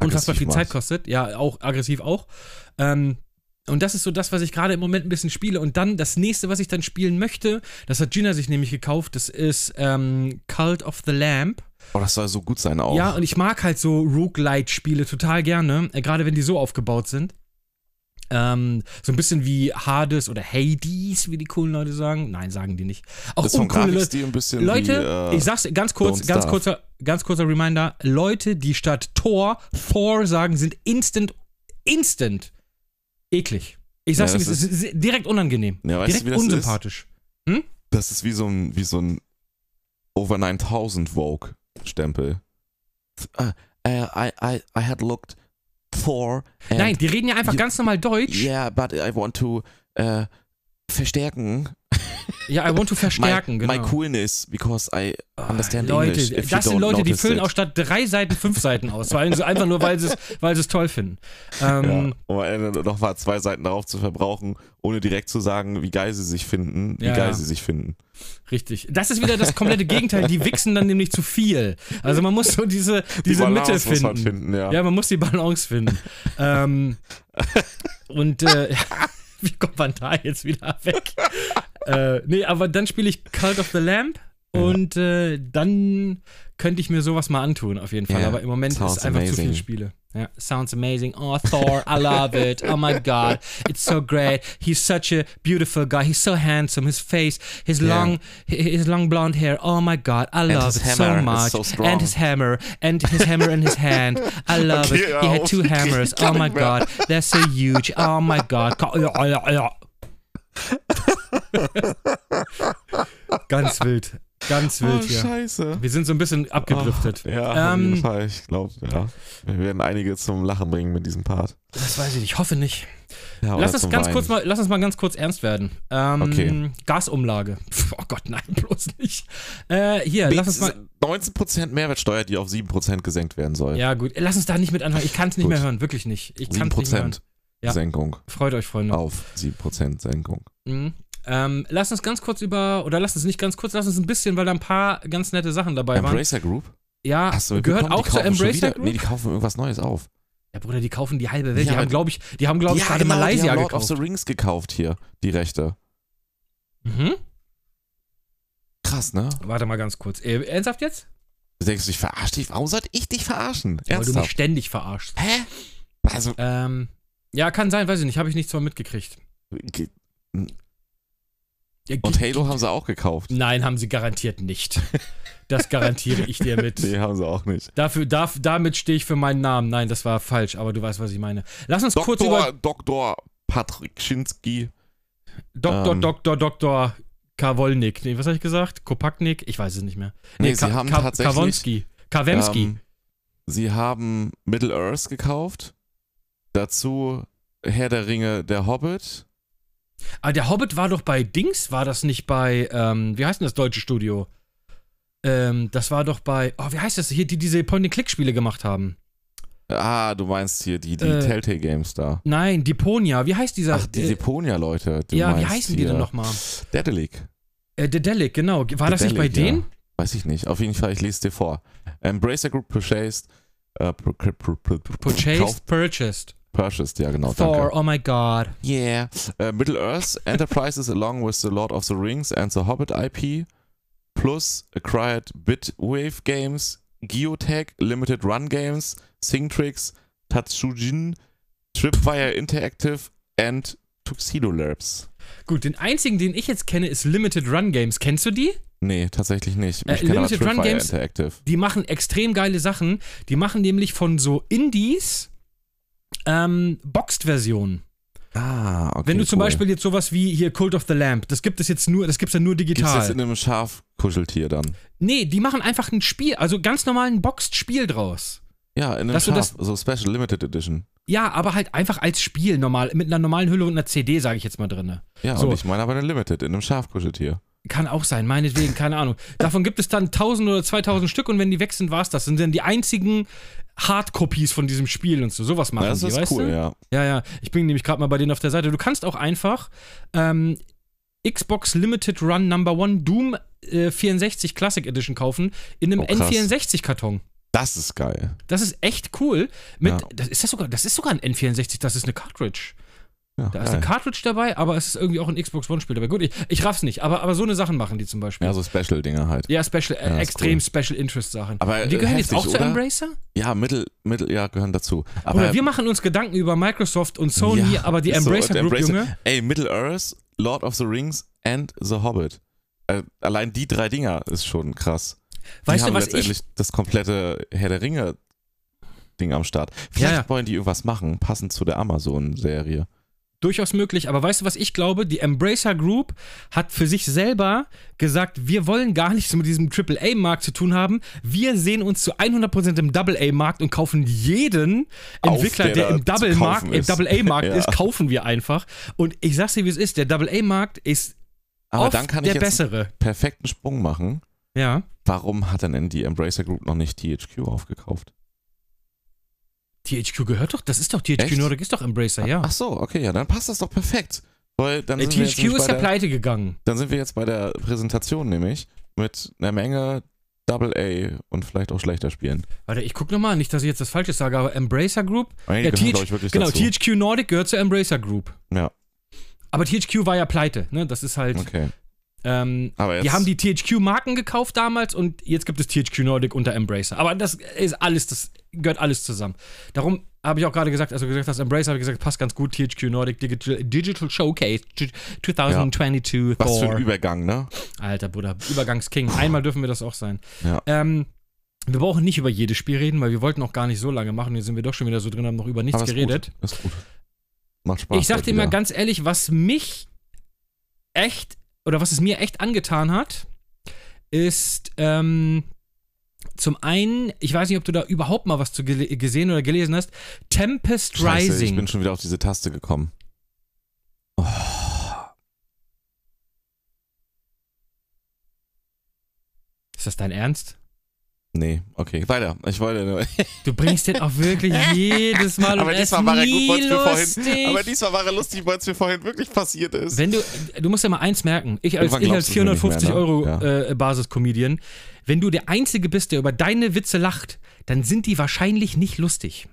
unfassbar Aggressiv viel Zeit meinst. kostet. Ja, auch aggressiv auch. Ähm, und das ist so das, was ich gerade im Moment ein bisschen spiele. Und dann das nächste, was ich dann spielen möchte, das hat Gina sich nämlich gekauft, das ist ähm, Cult of the Lamp. Oh, das soll so gut sein auch. Ja, und ich mag halt so Roguelite-Spiele total gerne, äh, gerade wenn die so aufgebaut sind. Ähm, so ein bisschen wie Hades oder Hades, wie die coolen Leute sagen. Nein, sagen die nicht. Auch das ist vom uncoole Leute. Grafikstil ein bisschen um Leute, wie, äh, ich sag's ganz kurz, Don't ganz Starve. kurzer, ganz kurzer Reminder: Leute, die statt Tor Thor sagen, sind instant, instant eklig. Ich sag's Ja, dir, das es ist, ist direkt unangenehm, Ja, weißt du, direkt wie das ist? unsympathisch. Das ist wie so ein, wie so ein Over 9000 Vogue-Stempel. Uh, I, I, I had looked for. and- Nein, die reden ja einfach Ja. ganz normal Deutsch. Yeah, but I want to äh, verstärken Ja, I want to verstärken, my, genau. Ah, my coolness because I understand Leute, English. if you das sind don't Leute, die notice füllen it. auch statt drei Seiten fünf Seiten aus, weil sie einfach nur, weil sie es, weil sie es toll finden. Ähm, Ja, um am Ende noch mal zwei Seiten darauf zu verbrauchen, ohne direkt zu sagen, wie geil sie sich finden, wie Ja, geil ja. sie sich finden. Richtig. Das ist wieder das komplette Gegenteil. Die wichsen dann nämlich zu viel. Also man muss so diese, diese Balance Mitte muss finden. man finden, ja. Ja, man muss die Balance finden. ähm, und äh, wie kommt man da jetzt wieder weg? äh, nee, aber dann spiele ich Cult of the Lamp Ja. Und äh, dann könnte ich mir sowas mal antun, auf jeden Fall. Ja, Aber im Moment ist sounds einfach zu amazing. viel Spiele. Ja. Sounds amazing. Oh, Thor, I love it. Oh my God, it's so great. He's such a beautiful guy. He's so handsome. His face, his Yeah. long, his long blonde hair. Oh my God, I love his it so hammer is much. so strong. And his hammer, and his hammer in his hand. I love Okay, it. He had auf. two hammers. Oh my God, they're so huge. Oh my God. Ganz wild. Ganz wild hier. Oh, scheiße. Oh. Wir sind so ein bisschen abgedriftet. Ach, ja, auf jeden Ähm. Fall, ich glaube, ja. Wir werden einige zum Lachen bringen mit diesem Part. Das weiß ich nicht, hoffe nicht. Ja, Lass oder uns, zum ganz Weinen. kurz mal, lass uns mal ganz kurz ernst werden. Ähm, Okay. Gasumlage. Pff, Oh Gott, nein, bloß nicht. Äh, hier, lass uns mal. 19% Mehrwertsteuer, die auf 7% gesenkt werden soll. Ja, gut. Lass uns da nicht mit anfangen. Ich kann es nicht Gut. mehr hören, wirklich nicht. Ich kann es nicht mehr hören. 7% Ja. Senkung Freut euch, Freunde. auf 7% Senkung. Mhm. Ähm, lass uns ganz kurz über, oder lass uns nicht ganz kurz, lass uns ein bisschen, weil da ein paar ganz nette Sachen dabei waren. Embracer Group? Ja, Hast du gehört mitbekommen? auch Die zur kaufen schon Embracer wieder- Group? Nee, die kaufen irgendwas Neues auf. ja, Bruder, die kaufen die halbe Welt. Ja, die haben, aber- glaube ich, die haben, glaube ich, gerade genau, die Malaysia haben Lord gekauft. of the Rings gekauft hier, die Rechte. Mhm. Krass, ne? Warte mal ganz kurz. Äh, ernsthaft jetzt? Du denkst, ich verarsche dich. Warum sollte ich dich verarschen? Weil du mich Ernsthaft? ständig verarschst. Hä? Also, Ähm, ja, kann sein, weiß ich nicht. Habe ich nichts von mitgekriegt. ge- Ja, und ge- Halo haben sie auch gekauft. Nein, haben sie garantiert nicht. Das garantiere ich dir mit. Nee, haben sie auch nicht. Dafür, darf, damit stehe ich für meinen Namen. Nein, das war falsch, aber du weißt, was ich meine. Lass uns kurz Doktor, über Doktor Patrick Schinski. Dr. ähm, Dr. Dr. Kawolnik. Nee, was habe ich gesagt? Kopaknik? Ich weiß es nicht mehr. Nee, sie haben tatsächlich- Kawonski. Kawemski. Ähm, sie haben Middle-earth gekauft. Dazu Herr der Ringe, der Hobbit. Ah, der Hobbit war doch bei Dings, war das nicht bei, ähm, wie heißt denn das deutsche Studio? Ähm, das war doch bei, oh, wie heißt das hier, die diese Point-and-Click-Spiele gemacht haben? Ah, du meinst hier die, die Äh, Telltale Games da. Nein, Deponia, wie heißt dieser? Ach, die äh, Deponia-Leute. du ja, wie meinst heißen die hier denn nochmal? Dedelic. Äh, Dedelic, genau. War das nicht bei Dedelic, ja. denen? Weiß ich nicht. Auf jeden Fall, ich lese dir vor. Embracer Group purchased. Äh, pur- pur- pur- pur- Purchased, kauft- purchased. Purchased, ja genau. Thor, Danke. oh my god. Yeah. Äh, Middle Earth Enterprises along with the Lord of the Rings and the Hobbit IP plus acquired Bitwave Games, Geotech, Limited Run Games, Singtrix, Tatsujin, Tripwire Interactive and Tuxedo Labs. Gut, den einzigen, den ich jetzt kenne, ist Limited Run Games. Kennst du die? Nee, tatsächlich nicht. Äh, Ich kenne aber Limited Run Tripwire Games- Interactive. Die machen extrem geile Sachen. Die machen nämlich von so Indies ähm, Boxed-Versionen. Ah, okay. Wenn du zum cool. Beispiel jetzt sowas wie hier Cult of the Lamp, das gibt es jetzt nur, das gibt's ja nur Gibt's digital. jetzt in einem Schafkuscheltier dann? nee, die machen einfach ein Spiel, also ganz normal ein Boxed-Spiel draus. Ja, in einem Dass du Schaf, das- so Special Limited Edition. Ja, aber halt einfach als Spiel normal, mit einer normalen Hülle und einer CD, sage ich jetzt mal drinne. Ja, So. und ich meine aber eine Limited, in einem Schafkuscheltier. Kann auch sein, meinetwegen, keine Ahnung. Davon gibt es dann 1000 oder 2000 Stück und wenn die weg sind, war's das. Sind dann die einzigen Hardcopies von diesem Spiel und so. Sowas machen Das die, ist weißt cool, du? ja. Ja, ja. Ich bin nämlich gerade mal bei denen auf der Seite. Du kannst auch einfach ähm, Xbox Limited Run Number One Doom äh, 64 Classic Edition kaufen in einem Oh, krass. N64-Karton. Das ist geil. Das ist echt cool. Mit, Ja. das, ist das, sogar, das ist sogar ein N64, das ist eine Cartridge. Ja, Da geil. ist eine Cartridge dabei, aber es ist irgendwie auch ein Xbox One-Spiel dabei. Gut, ich, ich raff's nicht, aber, aber so eine Sachen machen die zum Beispiel. Ja, so Special-Dinger halt. Ja, special, äh, Ja, ist extrem cool. Special Interest Sachen. Aber, die äh, gehören jetzt heftig, auch zu oder? Embracer? Ja, Mittel, Mittel, ja, gehören dazu. Aber Oder wir machen uns Gedanken über Microsoft und Sony, Ja, aber die ist so, Embracer und Group, Junge. Ey, Middle Earth, Lord of the Rings and The Hobbit. Äh, allein die drei Dinger ist schon krass. Die Weißt haben du, was ich. letztendlich das komplette Herr der Ringe Ding am Start. Vielleicht ja. wollen die irgendwas machen, passend zu der Amazon-Serie. Durchaus möglich, aber weißt du, was ich glaube? Die Embracer Group hat für sich selber gesagt, wir wollen gar nichts mit diesem AAA-Markt zu tun haben. Wir sehen uns zu 100% im Double-A-Markt und kaufen jeden Auf, Entwickler, der der, da im zu Double-Markt kaufen im ist. Double-A-Markt Ja. ist, kaufen wir einfach. Und ich sag's dir, wie es ist: der Double-A-Markt ist Aber oft dann kann ich der jetzt bessere. einen perfekten Sprung machen. Ja. Warum hat denn die Embracer Group noch nicht THQ aufgekauft? THQ gehört doch, das ist doch THQ Echt? Nordic, ist ne, doch Embracer, ja. Ach so, okay, ja, dann passt das doch perfekt. Weil dann Äh, sind wir jetzt THQ nämlich bei ist ja der- pleite gegangen. Dann sind wir jetzt bei der Präsentation nämlich mit einer Menge Double A und vielleicht auch schlechter Spielen. Warte, ich guck nochmal, nicht, dass ich jetzt das Falsche sage, aber Embracer Group. Einige Ja, gehören, TH glaub ich, wirklich Genau, dazu. THQ Nordic gehört zur Embracer Group. Ja, Aber THQ war ja pleite, ne? Das ist halt. okay. Ähm, Aber jetzt, die haben die THQ-Marken gekauft damals und jetzt gibt es THQ Nordic unter Embracer. Aber das ist alles, das gehört alles zusammen. Darum habe ich auch gerade gesagt, also gesagt, das Embracer habe ich gesagt, passt ganz gut, THQ Nordic Digital, Digital Showcase 2022 was für Thor. ein Übergang, ne? Alter Bruder, Übergangsking. Einmal dürfen wir das auch sein. Ja. Ähm, wir brauchen nicht über jedes Spiel reden, weil wir wollten auch gar nicht so lange machen. Jetzt sind wir doch schon wieder so drin, haben noch über nichts Aber ist geredet. Gut. Ist gut. Macht Spaß. Ich sag heute dir mal wieder. ganz ehrlich, was mich echt oder was es mir echt angetan hat, ist ähm, zum einen, ich weiß nicht, ob du da überhaupt mal was zu gele- gesehen oder gelesen hast, Tempest Scheiße, Ich Rising. bin schon wieder auf diese Taste gekommen. Oh. Ist das dein Ernst? Nee, okay, weiter. Ich wollte nur. Du bringst den auch wirklich jedes Mal aber und es diesmal war er gut, nie wollt's mir vorhin. lustig. Aber diesmal war er lustig, weil es mir vorhin wirklich passiert ist. Wenn du, du musst ja mal eins merken, ich als, Irgendwann ich als glaubst du es mir nicht mehr, 450 ne? Euro Ja. äh, Basis-Comedian, wenn du der Einzige bist, der über deine Witze lacht, dann sind die wahrscheinlich nicht lustig.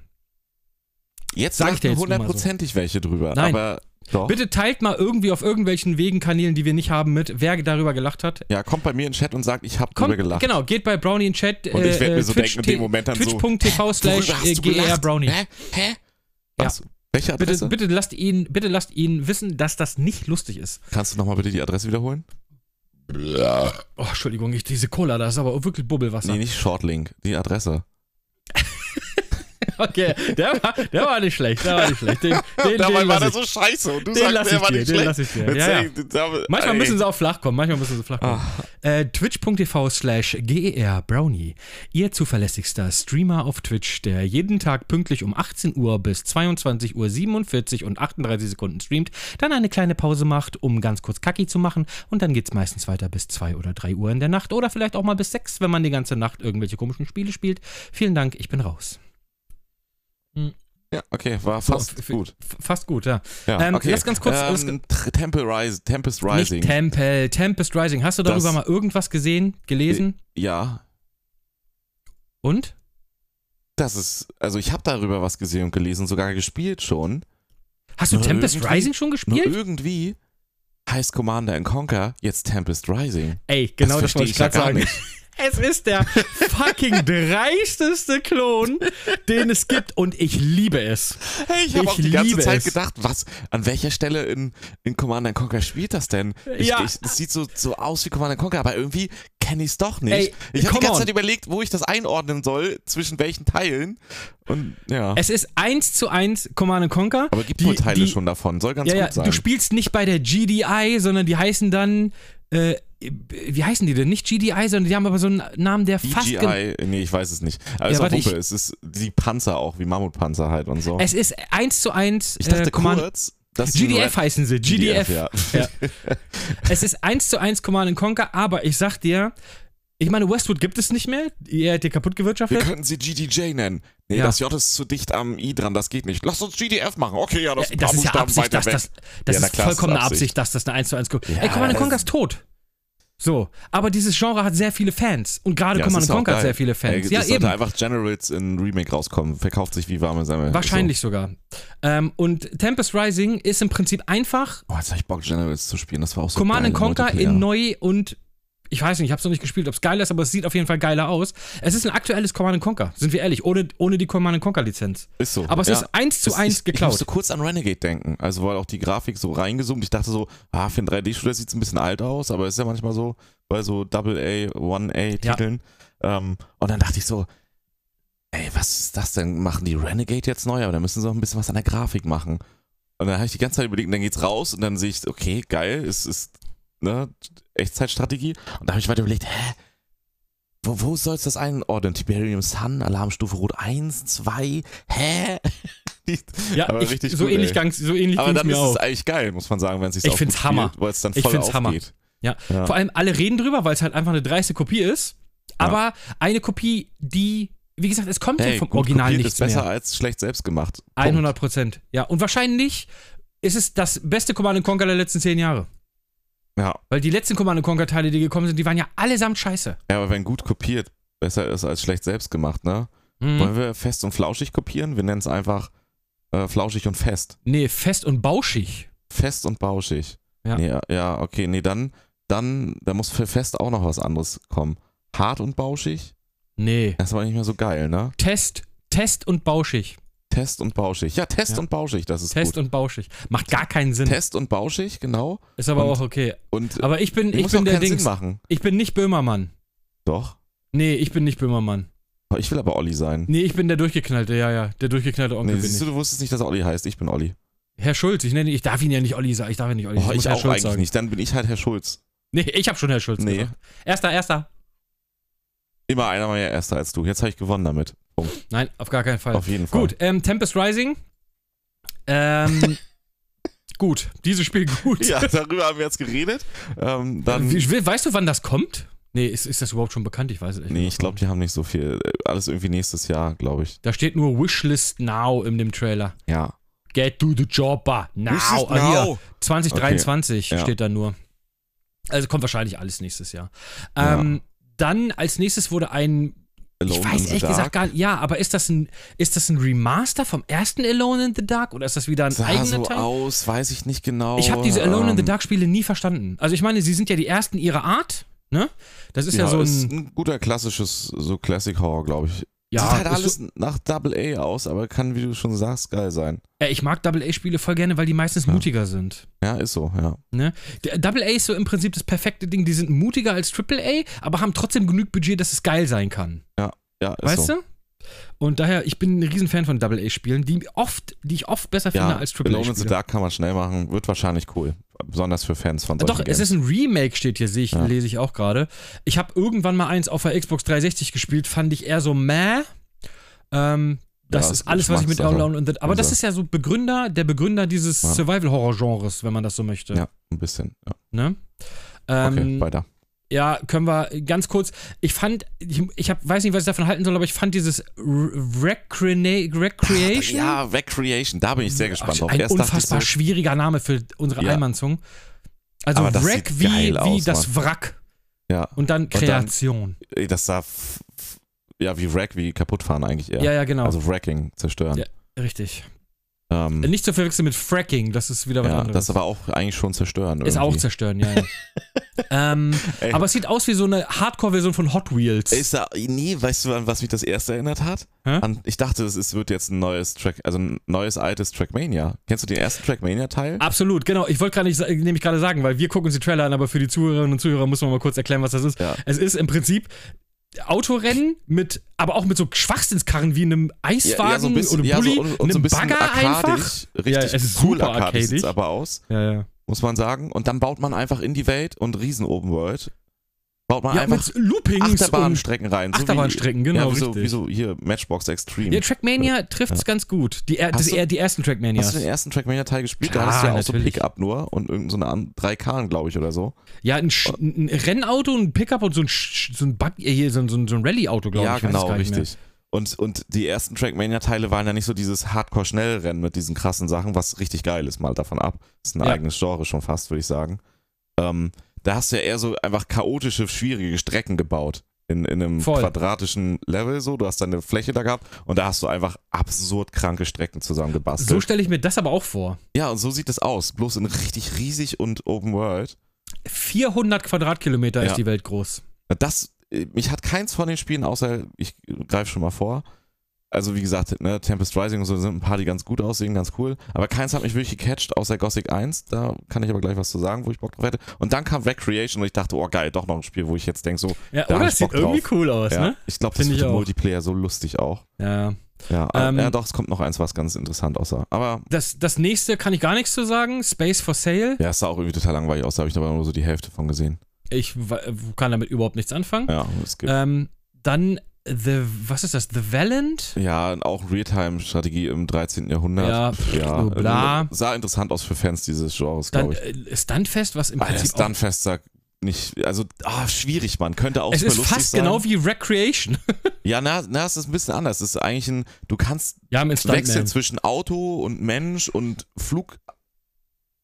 Jetzt Sag ich sagten dir jetzt nur mal so. hundertprozentig welche drüber. Nein. Aber doch. Bitte teilt mal irgendwie auf irgendwelchen Wegen, Kanälen, die wir nicht haben, mit, wer darüber gelacht hat. Ja, kommt bei mir in den Chat und sagt, ich hab Kommt, drüber gelacht. Genau, geht bei Brownie in Chat. äh, Und ich werd mir so denken in dem t- Moment dann so, Twitch.tv Worüber slash hast du GR gelacht? Brownie. Hä? Hä? Ja. Was? Welche Adresse? Bitte, bitte, lasst ihn, bitte lasst ihn wissen, dass das nicht lustig ist. Kannst du nochmal bitte die Adresse wiederholen? Oh, Entschuldigung, ich, diese Cola, das ist aber wirklich Bubbelwasser. Nee, nicht Shortlink, die Adresse. Okay, der war, der war nicht schlecht, der war nicht schlecht. Den, den, den lass ich. so scheiße und du den lass ich dir, den lass ich dir. Ja, ja. Manchmal müssen sie auch flach kommen, manchmal müssen sie flach kommen. Ah. Äh, Twitch.tv slash GER Brownie. Ihr zuverlässigster Streamer auf Twitch, der jeden Tag pünktlich um 18 Uhr bis 22 Uhr 47 und 38 Sekunden streamt, dann eine kleine Pause macht, um ganz kurz Kacki zu machen und dann geht's meistens weiter bis 2 oder 3 Uhr in der Nacht oder vielleicht auch mal bis 6, wenn man die ganze Nacht irgendwelche komischen Spiele spielt. Vielen Dank, ich bin raus. Ja, okay, war So, fast f- f- gut. f- Fast gut, ja. Ja, ähm, okay. lass ganz kurz- lass Ähm, Tr- Temple Rise, Tempest Rising. Nicht Tempel, Tempest Rising. Hast du darüber Das- mal irgendwas gesehen, gelesen? ja, Und? das ist. Also, ich habe darüber was gesehen und gelesen, sogar gespielt schon. Hast du Na, Tempest irgendwie- Rising schon Nur gespielt? irgendwie heißt Commander and Conquer jetzt Tempest Rising. Ey, genau das, verstehe wollte ich gerade ja gar sagen. nicht. Es ist der fucking dreisteste Klon, den es gibt und ich liebe es. Hey, ich habe Ich auch die ganze liebe Zeit es. gedacht, was, an welcher Stelle in, in Command and Conquer spielt das denn? Ich, Ja. ich, es sieht so, so aus wie Command and Conquer, aber irgendwie kenne ich es doch nicht. Ey, ich habe come die ganze on. Zeit überlegt, wo ich das einordnen soll, zwischen welchen Teilen. Und ja. Es ist eins zu eins Command and Conquer. aber gibt die- wohl Teile die- schon davon, soll ganz Ja, ja, gut sein. du spielst nicht bei der GDI, sondern die heißen dann, äh, wie heißen die denn? Nicht GDI, sondern die haben aber so einen Namen, der fast... gen- DGI, nee, ich weiß es nicht. Aber Ja, es ist auch warte, ich- Wumpe, es ist die Panzer auch, wie Mammutpanzer halt und so. Es ist eins zu eins ich dachte äh, Command... kurz, dass die Red- GDF heißen sie, GDF. ja. Ja. es ist 1 zu 1 Command and Conquer, aber ich sag dir, ich meine, Westwood gibt es nicht mehr. Ihr hättet kaputt Wir gewirtschaftet. könnten sie GDJ nennen. Nee, Ja. das J ist zu dicht am I dran, das geht nicht. Lass uns GDF machen. Okay, ja, das, Äh, ein Das paar ist ja Buchstaben Absicht, weiter dass weg. das, das Ja, na ist klar, das ist vollkommene Absicht. Absicht, dass das eine 1 zu 1 Ko- Ja, Ey, Command das- Conquer ist tot. So, aber dieses Genre hat sehr viele Fans. Und gerade Ja, das Command ist auch Conquer hat geil. sehr viele Fans. Ey, ja, das sollte eben. einfach Generals in Remake rauskommen. Verkauft sich wie warme Semmel. Wahrscheinlich sogar. Ähm, und Tempest Rising ist im Prinzip einfach So. Oh, jetzt hab ich Bock, Generals zu spielen. Das war auch so Command geil and Conquer Multiplayer. in neu und ich weiß nicht, ich habe es noch nicht gespielt, ob es geiler ist, aber es sieht auf jeden Fall geiler aus. Es ist ein aktuelles Command and Conquer, sind wir ehrlich, ohne, ohne die Command and Conquer Lizenz. Ist so. Aber es ja. ist eins zu Das- eins ich, Ich geklaut. musste kurz an Renegade denken. Also, weil auch die Grafik so reingezoomt. Ich dachte so, ah, für einen 3D-Shooter sieht es ein bisschen alt aus, aber ist ja manchmal so bei so Double-A, One-A-Titeln. Ähm, und dann dachte ich so, ey, was ist das denn? Machen die Renegade jetzt neu? Aber da müssen sie auch ein bisschen was an der Grafik machen. Und dann habe ich die ganze Zeit überlegt, und dann geht's raus und dann sehe ich, okay, geil, es ist ne, Echtzeitstrategie. Und da habe ich weiter überlegt, hä? Wo, wo soll's das einordnen? Tiberium Sun, Alarmstufe Rot 1, 2, hä? Die- ja, aber ich, richtig so, gut, ähnlich ey. ging's, so ähnlich aber ging es dann mir ist auch. es eigentlich geil, muss man sagen, wenn es sich Ich auch find's gut Hammer. spielt, weil es dann Ich voll find's aufgeht. Hammer. Ja. Ja. Vor allem alle reden drüber, weil es halt einfach eine dreiste Kopie ist. Aber eine Kopie, die, wie gesagt, es kommt ja Hey, vom gut Original kopiert nichts ist besser mehr. als schlecht selbst gemacht. Punkt. 100 Prozent. Ja, und wahrscheinlich ist es das beste Command Conquer der letzten zehn Jahre. Ja. Weil die letzten Command Conquer Teile, die gekommen sind, die waren ja allesamt scheiße. ja, aber wenn gut kopiert besser ist als schlecht selbst gemacht, ne? Mhm. Wollen wir fest und flauschig kopieren? Wir nennen es einfach äh, flauschig und fest. Nee, fest und bauschig. Fest und bauschig. Ja. Nee, ja, okay, nee, dann dann, da muss für fest auch noch was anderes kommen. Hart und bauschig, Nee. das war nicht mehr so geil, ne? Test, Test und Bauschig. Test und bauschig. Ja, Test Ja. und bauschig, das ist Test gut. und Bauschig. Macht gar keinen Sinn. Test und bauschig, genau. Ist aber und- auch okay. Und äh, Aber ich bin, ich ich muss bin auch der keinen Dings. Sinn machen. Ich bin nicht Böhmermann. Doch. Nee, ich bin nicht Böhmermann. Ich will aber Olli sein. Nee, ich bin der durchgeknallte, ja, ja. Der durchgeknallte Onkel Nee, bin siehst ich. du, du wusstest nicht, dass er Olli heißt. Ich bin Olli. Herr Schulz, ich nenne, ich darf ihn ja nicht Olli sagen. Ich darf ihn nicht Olli Oh, sagen. muss ich Herr auch Schulz eigentlich sagen. nicht. Dann bin ich halt Herr Schulz. Nee, ich hab schon Herr Schulz. Nee. Gesagt. Erster, erster. Immer einer war ja erster als du. Jetzt habe ich gewonnen damit. Punkt. Nein, auf gar keinen Fall. Auf jeden Fall. gut, ähm, Tempest Rising. Ähm, gut, dieses Spiel gut. Ja, darüber haben wir jetzt geredet. Ähm, dann, Wie, we- weißt du, wann das kommt? Nee, ist, ist das überhaupt schon bekannt? Ich weiß es nicht. nee, ich glaube, die haben nicht so viel. Äh, Alles irgendwie nächstes Jahr, glaube ich. Da steht nur Wishlist Now in dem Trailer. Ja. Get to the Jobber. Now. Wishlist Ah, hier. now. 2023 Okay, ja. steht da nur. Also kommt wahrscheinlich alles nächstes Jahr. Ja. Ähm, Dann als nächstes wurde ein. Alone ich in weiß the ehrlich Dark. gesagt gar nicht. Ja, aber ist das ein, ist das ein Remaster vom ersten Alone in the Dark oder ist das wieder ein sah eigener so Teil? aus, weiß ich nicht genau. Ich habe diese Alone in the Ähm, Dark Spiele nie verstanden. Also ich meine, sie sind ja die ersten ihrer Art, ne? Das ist ja, so ist ein. ein guter klassisches, so Classic Horror, glaube ich. Ja, Sieht halt ist alles nach Double A aus, aber kann, wie du schon sagst, geil sein. so, äh, ich mag Double-A-Spiele voll gerne, weil die meistens mutiger sind. Ja, ist so, ja. Ne? Der Double A ist so im Prinzip das perfekte Ding. Die sind mutiger als Triple A, aber haben trotzdem genug Budget, dass es geil sein kann. Ja, ist weißt so. du? Und daher, ich bin ein Riesenfan von Double A-Spielen, die oft, die ich oft besser Ja, genau, um finde als Triple Alone in the A-Spiele. Dark kann man schnell machen, wird wahrscheinlich cool. Besonders für Fans von solchen Doch, Games. es ist ein Remake, steht hier, sehe ich, Ja. lese ich auch gerade. Ich habe irgendwann mal eins auf der Xbox 360 gespielt, fand ich eher so meh. Ähm, das Ja, ist ist alles, was ich mit Geschmackssache. Alone in the Aber das Also- ist ja so Begründer, der Begründer dieses Ja. Survival-Horror-Genres, wenn man das so möchte. Ja, ein bisschen. Ja. Ne? Okay, Ähm, weiter. Ja, können wir ganz kurz. Ich fand, ich, ich hab, weiß nicht, was ich davon halten soll, aber ich fand dieses Re Recreana- Recreation. Ja, Recreation, da bin ich sehr gespannt Ach, drauf. Ein Erst dachte ich so, unfassbar schwieriger Name für unsere Ja. Allmannszungen. Also Aber das Wreck sieht wie, geil wie aus, das Mann. Wrack ja, und dann dann- Kreation. ey, das sah f- f- ja wie Wreck, wie kaputtfahren eigentlich eher. ja, ja, genau. Also Wrecking, zerstören. Ja. Richtig. Ähm, Nicht zu verwechseln mit Fracking, das ist wieder was ja, anderes. das aber auch eigentlich schon zerstören. ist auch irgendwie. zerstören, ja. ja. ähm, Ey. aber es sieht aus wie so eine Hardcore-Version von Hot Wheels. Ist da, nee, weißt du, an was mich das erste erinnert hat? Hä? An, ich dachte, es ist, wird jetzt ein neues Track, also ein neues altes Trackmania. Kennst du den ersten Trackmania-Teil? Absolut, genau. Ich wollte gerade nicht, sa- nämlich gerade sagen, weil wir gucken uns die Trailer an, aber für die Zuhörerinnen und Zuhörer muss man mal kurz erklären, was das ist. Ja. Es ist im Prinzip Autorennen mit, aber auch mit so Schwachsinnskarren wie einem Eiswagen oder Bulli, so, und, und einem so ein bisschen Bagger einfach. arkadisch. Richtig Ja, es ist cool super arkadisch sieht's arcadig. aber aus, Ja, ja. muss man sagen. Und dann baut man einfach in die Welt und riesen Open World. Baut man Ja, einfach mit Loopings und Achterbahnstrecken rein. so wie- Achterbahnstrecken, genau, ja, wie so, richtig. wie so hier Matchbox Extreme. ja, Trackmania trifft es ganz gut. Die, er, Hast das, du- er, die ersten Hast du Trackmanias. den ersten Trackmania-Teil gespielt? Klar, da hast du ja auch so natürlich. Pickup nur und irgendeine so eine an- drei Karren, glaube ich, oder so. Ja, ein, Sch- ein Rennauto, ein Pickup und so ein, Sch- so ein, Bug, äh, hier, so ein, so ein, so ein Rallye-Auto, glaube ja, ich. Ich weiß es genau, gar nicht mehr. richtig. Und, und die ersten Trackmania-Teile waren ja nicht so dieses Hardcore-Schnellrennen mit diesen krassen Sachen, was richtig geil ist, mal davon ab. Ist ein Ja. eigenes Genre schon fast, würde ich sagen. Ähm, da hast du ja eher so einfach chaotische, schwierige Strecken gebaut. In, in einem Voll. quadratischen Level so. Du hast deine Fläche da gehabt und da hast du einfach absurd kranke Strecken zusammengebastelt. So stelle ich mir das aber auch vor. ja, und so sieht es aus. Bloß in richtig riesig und Open World. 400 Quadratkilometer Ja. ist die Welt groß. Das, äh, mich hat keins von den Spielen, außer ich greife schon mal vor. Also wie gesagt, ne, Tempest Rising und so sind ein paar, die ganz gut aussehen, ganz cool. Aber keins hat mich wirklich gecatcht, außer Gothic 1. Da kann ich aber gleich was zu sagen, wo ich Bock drauf hätte. Und dann kam Recreation und ich dachte, oh geil, doch noch ein Spiel, wo ich jetzt denke so, Da Ja, hab oder? ich Das Bock sieht drauf. irgendwie cool aus, ja, ne? ich glaube, das Find wird ich im auch. Multiplayer so lustig auch. Ja. Ja, aber- Ähm, ja, doch, es kommt noch eins, was ganz interessant aussah. Aber Das, das nächste kann ich gar nichts zu sagen. Space for Sale. ja, es sah auch irgendwie total langweilig aus, da habe ich aber nur so die Hälfte von gesehen. Ich we- kann damit überhaupt nichts anfangen. Ja, es gibt. Ähm, dann The, was ist das? The Valent? Ja, und auch Realtime-Strategie im 13. Jahrhundert. also Ja, pff, nur bla. Sah interessant aus für Fans dieses Genres, Dann glaube ich. äh, Stuntfest, was im Alter, Prinzip auch, Stunfest sagt nicht, also ah, schwierig, man. Könnte auch Es super ist lustig fast sein. genau wie Recreation. Ja, na, na, es ist ein bisschen anders. Es ist eigentlich ein, du kannst ja, im wechseln zwischen Auto und Mensch und Flug.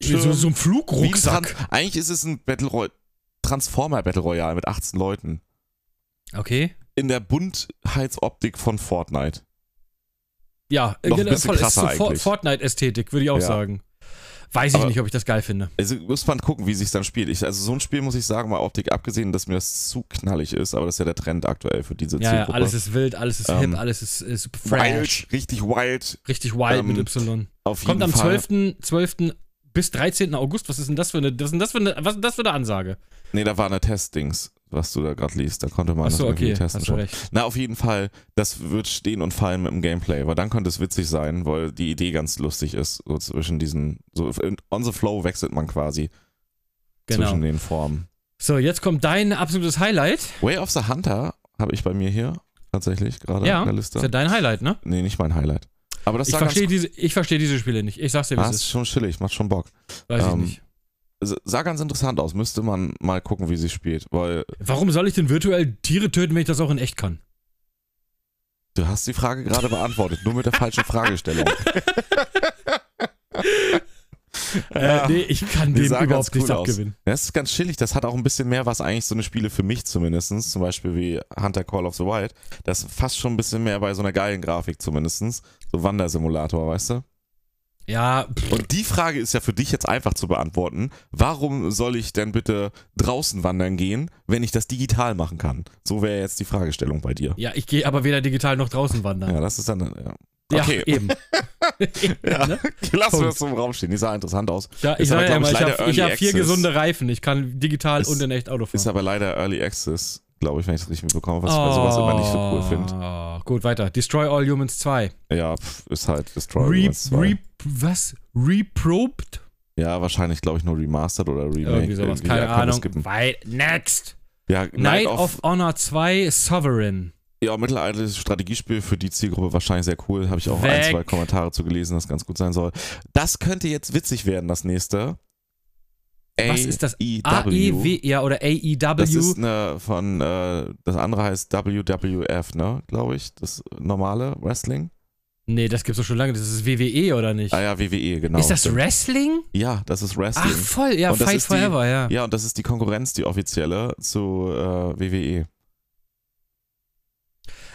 So, so ein Wie ein Tran- Flugrucksack. Eigentlich ist es ein Battle Roy Transformer Battle Royale mit 18 Leuten. Okay. In der Buntheitsoptik von Fortnite. Ja, Noch ein genau, bisschen voll, ist krasser so For- eigentlich. Fortnite-Ästhetik, würde ich auch Ja. sagen. Weiß ich Aber- nicht, ob ich das geil finde. Also muss man gucken, wie sich dann spielt. Ich, also so ein Spiel muss ich sagen, mal Optik abgesehen, dass mir das zu knallig ist, aber das ist ja der Trend aktuell für diese Ja, ja, Zielgruppe. alles ist wild, alles ist Ähm, hip, alles ist, ist fresh. wild, richtig wild. Richtig wild mit Ähm, Y. Auf jeden Kommt am Fall. 12. 12. bis 13. August. Was ist denn das für eine, was ist denn das für eine, was ist denn das für eine Ansage? Nee, da war eine Testdings, was du da gerade liest. Da konnte man Achso, das irgendwie okay, testen hast du schon. recht. Na, auf jeden Fall, das wird stehen und fallen mit dem Gameplay, weil dann könnte es witzig sein, weil die Idee ganz lustig ist, so zwischen diesen, so in- on the flow wechselt man quasi zwischen Genau. den Formen. So, jetzt kommt dein absolutes Highlight. Way of the Hunter habe ich bei mir hier tatsächlich gerade Ja, in der Das ist ja Liste. dein Highlight, ne? Nee, nicht mein Highlight. Aber das Ich sah ganz verstehe diese, ich verstehe diese Spiele nicht. Ich sag's dir, Ah, was ist ist. schon chillig, macht schon Bock. Weiß ich ähm, nicht. S- Sah ganz interessant aus, müsste man mal gucken, wie sie spielt, weil Warum soll ich denn virtuell Tiere töten, wenn ich das auch in echt kann? du hast die Frage gerade beantwortet, nur mit der falschen Fragestellung. Äh, nee, ich kann die dem sahen ganz überhaupt nichts cool aus. abgewinnen. Das ist ganz chillig, das hat auch ein bisschen mehr, was eigentlich so eine Spiele für mich zumindestens, zum Beispiel wie Hunter Call of the Wild, das ist fast schon ein bisschen mehr bei so einer geilen Grafik zumindestens, so Wandersimulator, weißt du? Ja, pff, Und die Frage ist ja für dich jetzt einfach zu beantworten, warum soll ich denn bitte draußen wandern gehen, wenn ich das digital machen kann? So wäre jetzt die Fragestellung bei dir. ja, ich gehe aber weder digital noch draußen wandern. Ja, das ist dann, ja. Ja, Okay. eben. Ja, ne? lassen wir Punkt. das so im Raum stehen. Die sah interessant aus. Ja, ich Ist aber, sage glaub ja immer, ich, ich leider habe ich Early hab vier Access. gesunde Reifen. Ich kann digital Ist- und in echt Auto fahren. Ist aber leider Early Access, glaube ich, wenn ich das richtig mitbekomme, was ich bei sowas immer nicht Oh. so cool finde. finde. Gut, weiter. Destroy All Humans 2. Ja, pff, ist halt Destroy Re Humans 2. re was? Reprobed? Ja, wahrscheinlich, glaube ich, nur Remastered oder Remake. Irgendwie sowas. Irgendwie, Keine ja, kann man Ahnung. skippen. Wei- Next. Ja, Night, Night of, of, Honor 2 Sovereign. ja, mittelalterliches Strategiespiel für die Zielgruppe wahrscheinlich sehr cool. Habe ich auch ein, Weg. zwei Kommentare zu gelesen, das ganz gut sein soll. Das könnte jetzt witzig werden, das nächste. Was ist das? AEW. AEW E ja, oder E AEW. Das ist eine von, äh, das andere heißt WWF, ne, glaube ich, das normale Wrestling. nee, das gibt's doch schon lange. Das ist WWE oder nicht? Ah ja, WWE, genau. ist das Stimmt. Wrestling? Ja, das ist Ach, Wrestling. voll. Ja, Und das Fight ist die- Forever, ja. ja, und das ist die Konkurrenz, die offizielle zu äh, WWE.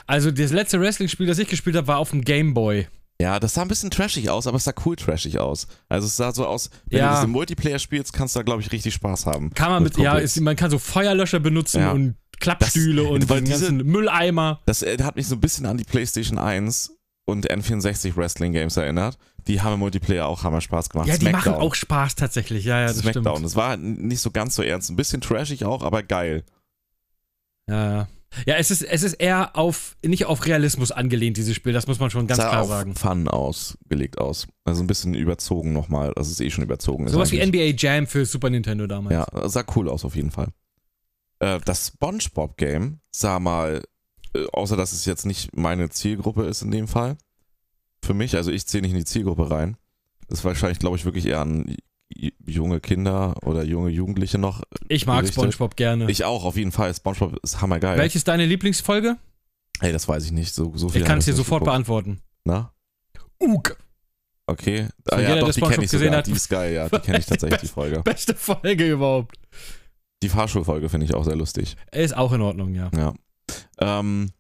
Also, das letzte Wrestling-Spiel, das ich gespielt habe, war auf dem Game Boy. Ja, das sah ein bisschen trashig aus, aber es sah cool trashig aus. Also es sah so aus, wenn Ja. du das im Multiplayer spielst, kannst du da, glaube ich, richtig Spaß haben. Kann man Mit mit, ja, Kumpels. ist, man kann so Feuerlöscher benutzen Ja. und Klappstühle und weil den diese- ganzen Mülleimer. Das äh, hat mich so ein bisschen an die PlayStation 1 und N64 Wrestling Games erinnert. Die haben im Multiplayer auch Hammer Spaß gemacht. Ja, die Smackdown. machen auch Spaß tatsächlich. Ja, ja, das Smackdown. stimmt. Das war nicht so ganz so ernst. Ein bisschen trashig auch, aber geil. Ja, ja. ja es, ist, es ist eher auf, nicht auf Realismus angelehnt, dieses Spiel. Das muss man schon ganz sah klar auf sagen. Fun ausgelegt aus. Also ein bisschen überzogen nochmal, dass es eh schon überzogen ist. Sowas wie eigentlich. NBA Jam für Super Nintendo damals. Ja, sah cool aus auf jeden Fall. Äh, das SpongeBob-Game sah mal, äh, außer dass es jetzt nicht meine Zielgruppe ist in dem Fall, für mich, also ich zähle nicht in die Zielgruppe rein. Das ist wahrscheinlich, glaube ich, wirklich eher an j- junge Kinder oder junge Jugendliche noch. Ich mag Gerichtet. SpongeBob gerne. Ich äh, auch, auf jeden Fall. SpongeBob ist hammergeil. Welche ist deine Lieblingsfolge? Ey, das weiß ich nicht. So, so viel Ich kann habe es dir nicht sofort geguckt. beantworten. Uh, Na? Uk. Okay. Ah, jeder, ja, der doch, die kenne SpongeBob ich gesehen sogar. hat. Die ist geil, ja. Die kenne ich tatsächlich, die Folge. Beste Folge überhaupt. Die Fahrschulfolge finde ich auch sehr lustig. Ist auch in Ordnung, ja. Ja. Ähm,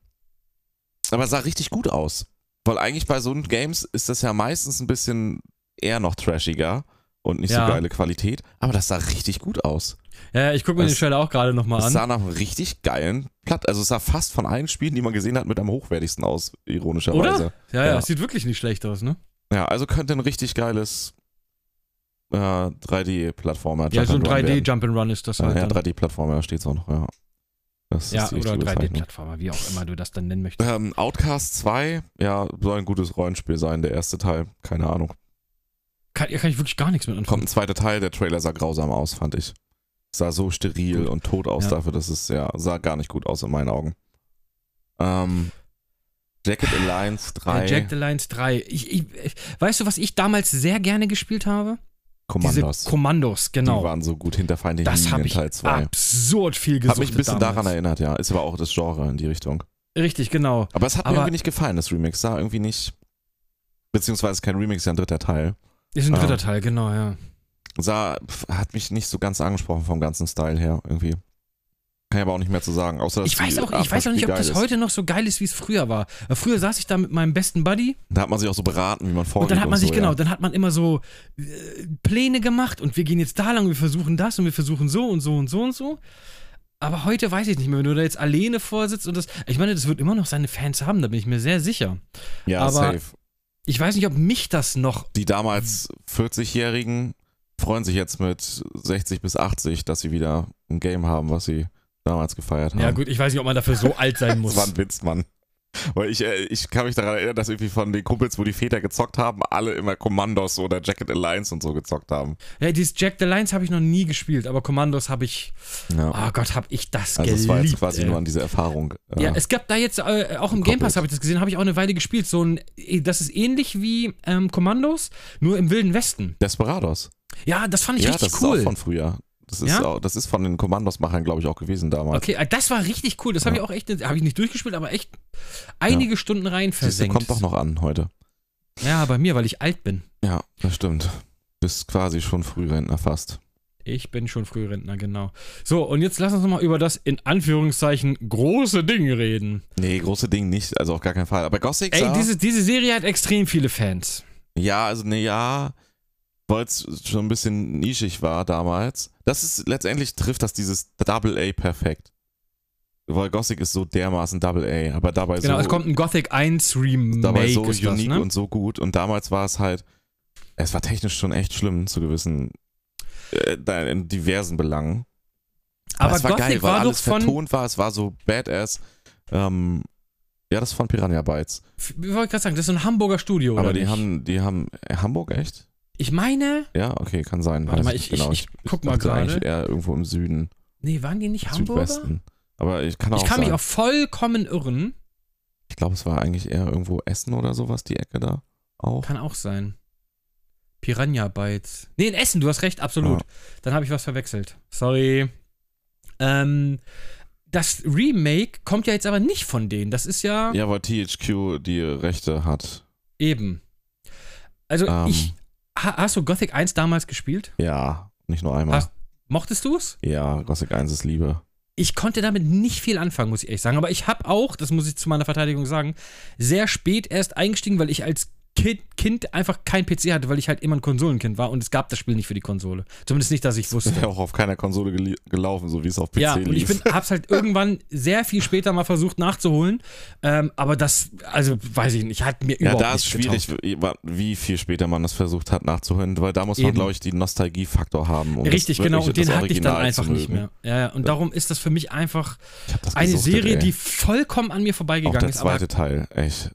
aber sah richtig gut aus. Weil eigentlich bei so Games ist das ja meistens ein bisschen eher noch trashiger und nicht Ja. so geile Qualität. Aber das sah richtig gut aus. Ja, ich gucke mir Das- den Trailer auch gerade nochmal Es an. sah nach einem richtig geilen Platt. Also es sah fast von allen Spielen, die man gesehen hat, mit am hochwertigsten aus, ironischerweise. Oder? Ja, ja, Ja. es sieht wirklich nicht schlecht aus, ne? Ja, also könnte ein richtig geiles äh, 3D-Plattformer. Ja, so ein Jump'n'Run werden. 3D-Jump'n'Run ist das halt. ja, dann. 3D-Plattformer steht es auch noch, ja. Das Ja, ist die oder richtige Bezeichnung. 3D-Plattformer, wie auch immer du das dann nennen möchtest. Ähm, Outcast 2, ja, soll ein gutes Rollenspiel sein, der erste Teil. Keine Ahnung. Kann, ja, kann ich wirklich gar nichts mit Kommt anfangen. ein zweiter Teil, der Trailer sah grausam aus, fand ich. Sah so steril Gut. und tot aus Ja. dafür, dass es ja, sah gar nicht gut aus in meinen Augen. Ähm, Jacket Alliance 3, Äh, Jagged Alliance 3. Ich, ich, ich, weißt du, was ich damals sehr gerne gespielt habe? Commandos. Diese Kommandos, Die genau. waren so gut hinterfeindlich Das in habe ich Teil 2. absurd viel gesucht. Hat mich ein bisschen daran erinnert, ja. Ist aber auch das Genre in die Richtung. Richtig, genau. Aber es hat mir Aber- irgendwie nicht gefallen, das Remix. Sah irgendwie nicht. Beziehungsweise kein Remix, ja ein dritter Teil. Ist ein Ja. dritter Teil, genau, ja. sah, pf, hat mich nicht so ganz angesprochen vom ganzen Style her irgendwie. Kann ich aber auch nicht mehr zu sagen. Außer, dass Ich weiß die auch, ich weiß auch nicht, ob geil das ist. heute noch so geil ist, wie es früher war. Äh, Früher saß ich da mit meinem besten Buddy Da hat man sich auch so beraten, wie man vorgeht. und dann hat man so, sich, genau, Ja. dann hat man immer so äh, Pläne gemacht und wir gehen jetzt da lang und wir versuchen das und wir versuchen so und so und so und so. Aber heute weiß ich nicht mehr, wenn du da jetzt alleine vorsitzt und das. Ich meine, das wird immer noch seine Fans haben, da bin ich mir sehr sicher. ja, aber- safe. Ich weiß nicht, ob mich das noch. Die damals 40-Jährigen freuen sich jetzt mit 60 bis 80, dass sie wieder ein Game haben, was sie damals gefeiert haben. Ja, gut, ich weiß nicht, ob man dafür so alt sein Das muss. war ein Witz, Mann. Weil ich, äh, ich kann mich daran erinnern, dass irgendwie von den Kumpels, wo die Väter gezockt haben, alle immer Commandos oder Jacket Alliance und so gezockt haben. Ja, dieses Jack the Lions habe ich noch nie gespielt, aber Commandos habe ich. Ja. Oh Gott, habe ich das also geliebt. es war jetzt quasi ey. nur an diese Erfahrung. äh, Ja, es gab da jetzt äh, auch im Ein Game Pass Koppel. habe ich das gesehen, habe ich auch eine Weile gespielt. So ein, eh, das ist ähnlich wie ähm, Commandos, nur im Wilden Westen. Desperados. Ja, das fand ich ja, richtig das cool. ist auch von früher. Das ist, Ja? auch, das ist von den Commandos-Machern, glaube ich, auch gewesen damals. okay, äh, das war richtig cool. Das habe Ja. ich auch echt, habe ich nicht durchgespielt, aber echt einige Stunden rein Das versenkt. kommt doch noch an heute. Ja, bei mir, weil ich alt bin. Ja, das stimmt. Bist quasi schon Frührentner fast. Ich bin schon Frührentner, genau. So, und jetzt lass uns noch mal über das in Anführungszeichen große Ding reden. Nee, große Ding nicht, also auf gar keinen Fall. Aber Gothic Ey, sah, diese, diese Serie hat extrem viele Fans. Ja, also ne, ja, weil es schon ein bisschen nischig war damals. Das ist letztendlich trifft das dieses Double A perfekt. Weil Gothic ist so dermaßen Double A, aber dabei Genau, so es kommt ein Gothic 1 Remake. Also, dabei so ist unique das, ne? und so gut. Und damals war es halt, es war technisch schon echt schlimm zu gewissen äh, da- in diversen Belangen. aber es war Gothic geil, weil war doch alles von vertont war, es war so badass. Ähm, ja, das ist von Piranha Bytes. F- Wie wollte ich gerade sagen, das ist so ein Hamburger Studio, Aber oder die nicht? haben, die haben äh, Hamburg echt? Ich meine, Ja, okay, kann sein. warte Weiß mal, nicht ich, ich, ich guck mal dachte gerade. Eigentlich eher irgendwo im Süden, Nee, waren die nicht Hamburger? Südwesten. Aber ich kann auch Ich kann sagen, mich auch vollkommen irren. ich glaube, es war eigentlich eher irgendwo Essen oder sowas, die Ecke da auch. Kann auch sein. Piranha Bytes. Nee, in Essen, du hast recht, absolut. Ja. Dann habe ich was verwechselt. Sorry. Ähm, das Remake kommt ja jetzt aber nicht von denen. Das ist ja Ja, weil THQ die Rechte hat. eben. Also Ähm, ich. Ha, hast du Gothic 1 damals gespielt? Ja, nicht nur einmal. Hast- Mochtest du es? Ja, Gothic 1 ist Liebe. ich konnte damit nicht viel anfangen, muss ich ehrlich sagen. Aber ich habe auch, das muss ich zu meiner Verteidigung sagen, sehr spät erst eingestiegen, weil ich als Kind, kind einfach kein PC hatte, weil ich halt immer ein Konsolenkind war und es gab das Spiel nicht für die Konsole. Zumindest nicht, dass ich wusste. Wäre auch auf keiner Konsole gelie- gelaufen, so wie es auf PC Ja, und lief. ich bin, hab's halt irgendwann sehr viel später mal versucht nachzuholen. Ähm, aber das, also weiß ich nicht, hat mir ja, überhaupt da ist nicht schwierig, wie wie viel später man das versucht hat nachzuhören, weil da muss man, Eben. glaube ich, die Nostalgiefaktor haben. Um das Richtig, genau, wirklich- und den das hatte ich dann Original zu einfach nicht mögen. mehr. Ja, ja, und darum ist das für mich einfach Ich hab das eine gesuchtet, Serie, ey. die vollkommen an mir Auch vorbeigegangen der ist. Aber zweite Teil, echt.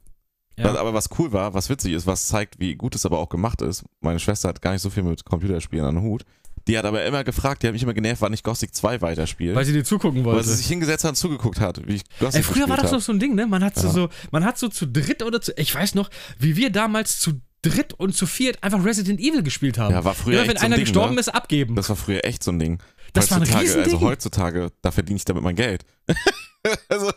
Ja. Was, aber was cool war, was witzig ist, was zeigt, wie gut es aber auch gemacht ist. Meine Schwester hat gar nicht so viel mit Computerspielen an den Hut. Die hat aber immer gefragt, die hat mich immer genervt, wann ich Gothic 2 weiterspiele. weil sie dir zugucken weil wollte. sie sich hingesetzt hat und zugeguckt hat, wie ich Gothic Ey, früher war gespielt das hab. noch so ein Ding, ne? Man hat so, Ja. so, man hat so zu dritt oder zu, ich weiß noch, wie wir damals zu dritt und zu viert einfach Resident Evil gespielt haben. Ja, war früher Immer wenn echt so ein einer Ding, gestorben ne? ist, abgeben. Das war früher echt so ein Ding. Das war ein heutzutage, Also Riesending. heutzutage, da verdiene ich damit mein Geld. also,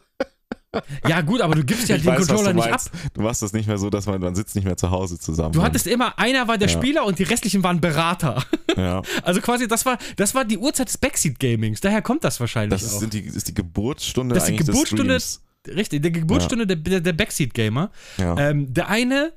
ja gut, aber du gibst ja ich den weiß, was Controller du nicht ab. meinst. Du machst das nicht mehr so, dass man, man sitzt nicht mehr zu Hause zusammen. Du hattest immer, einer war der Ja. Spieler und die restlichen waren Berater. ja. Also quasi, das war, das war die Uhrzeit des Backseat-Gamings. Daher kommt das wahrscheinlich Das auch. ist, sind die, ist die Geburtsstunde Das ist die eigentlich Geburtsstunde- des Streams. Richtig, der Geburtsstunde der, der, der Backseat-Gamer. Ja. Ähm, der eine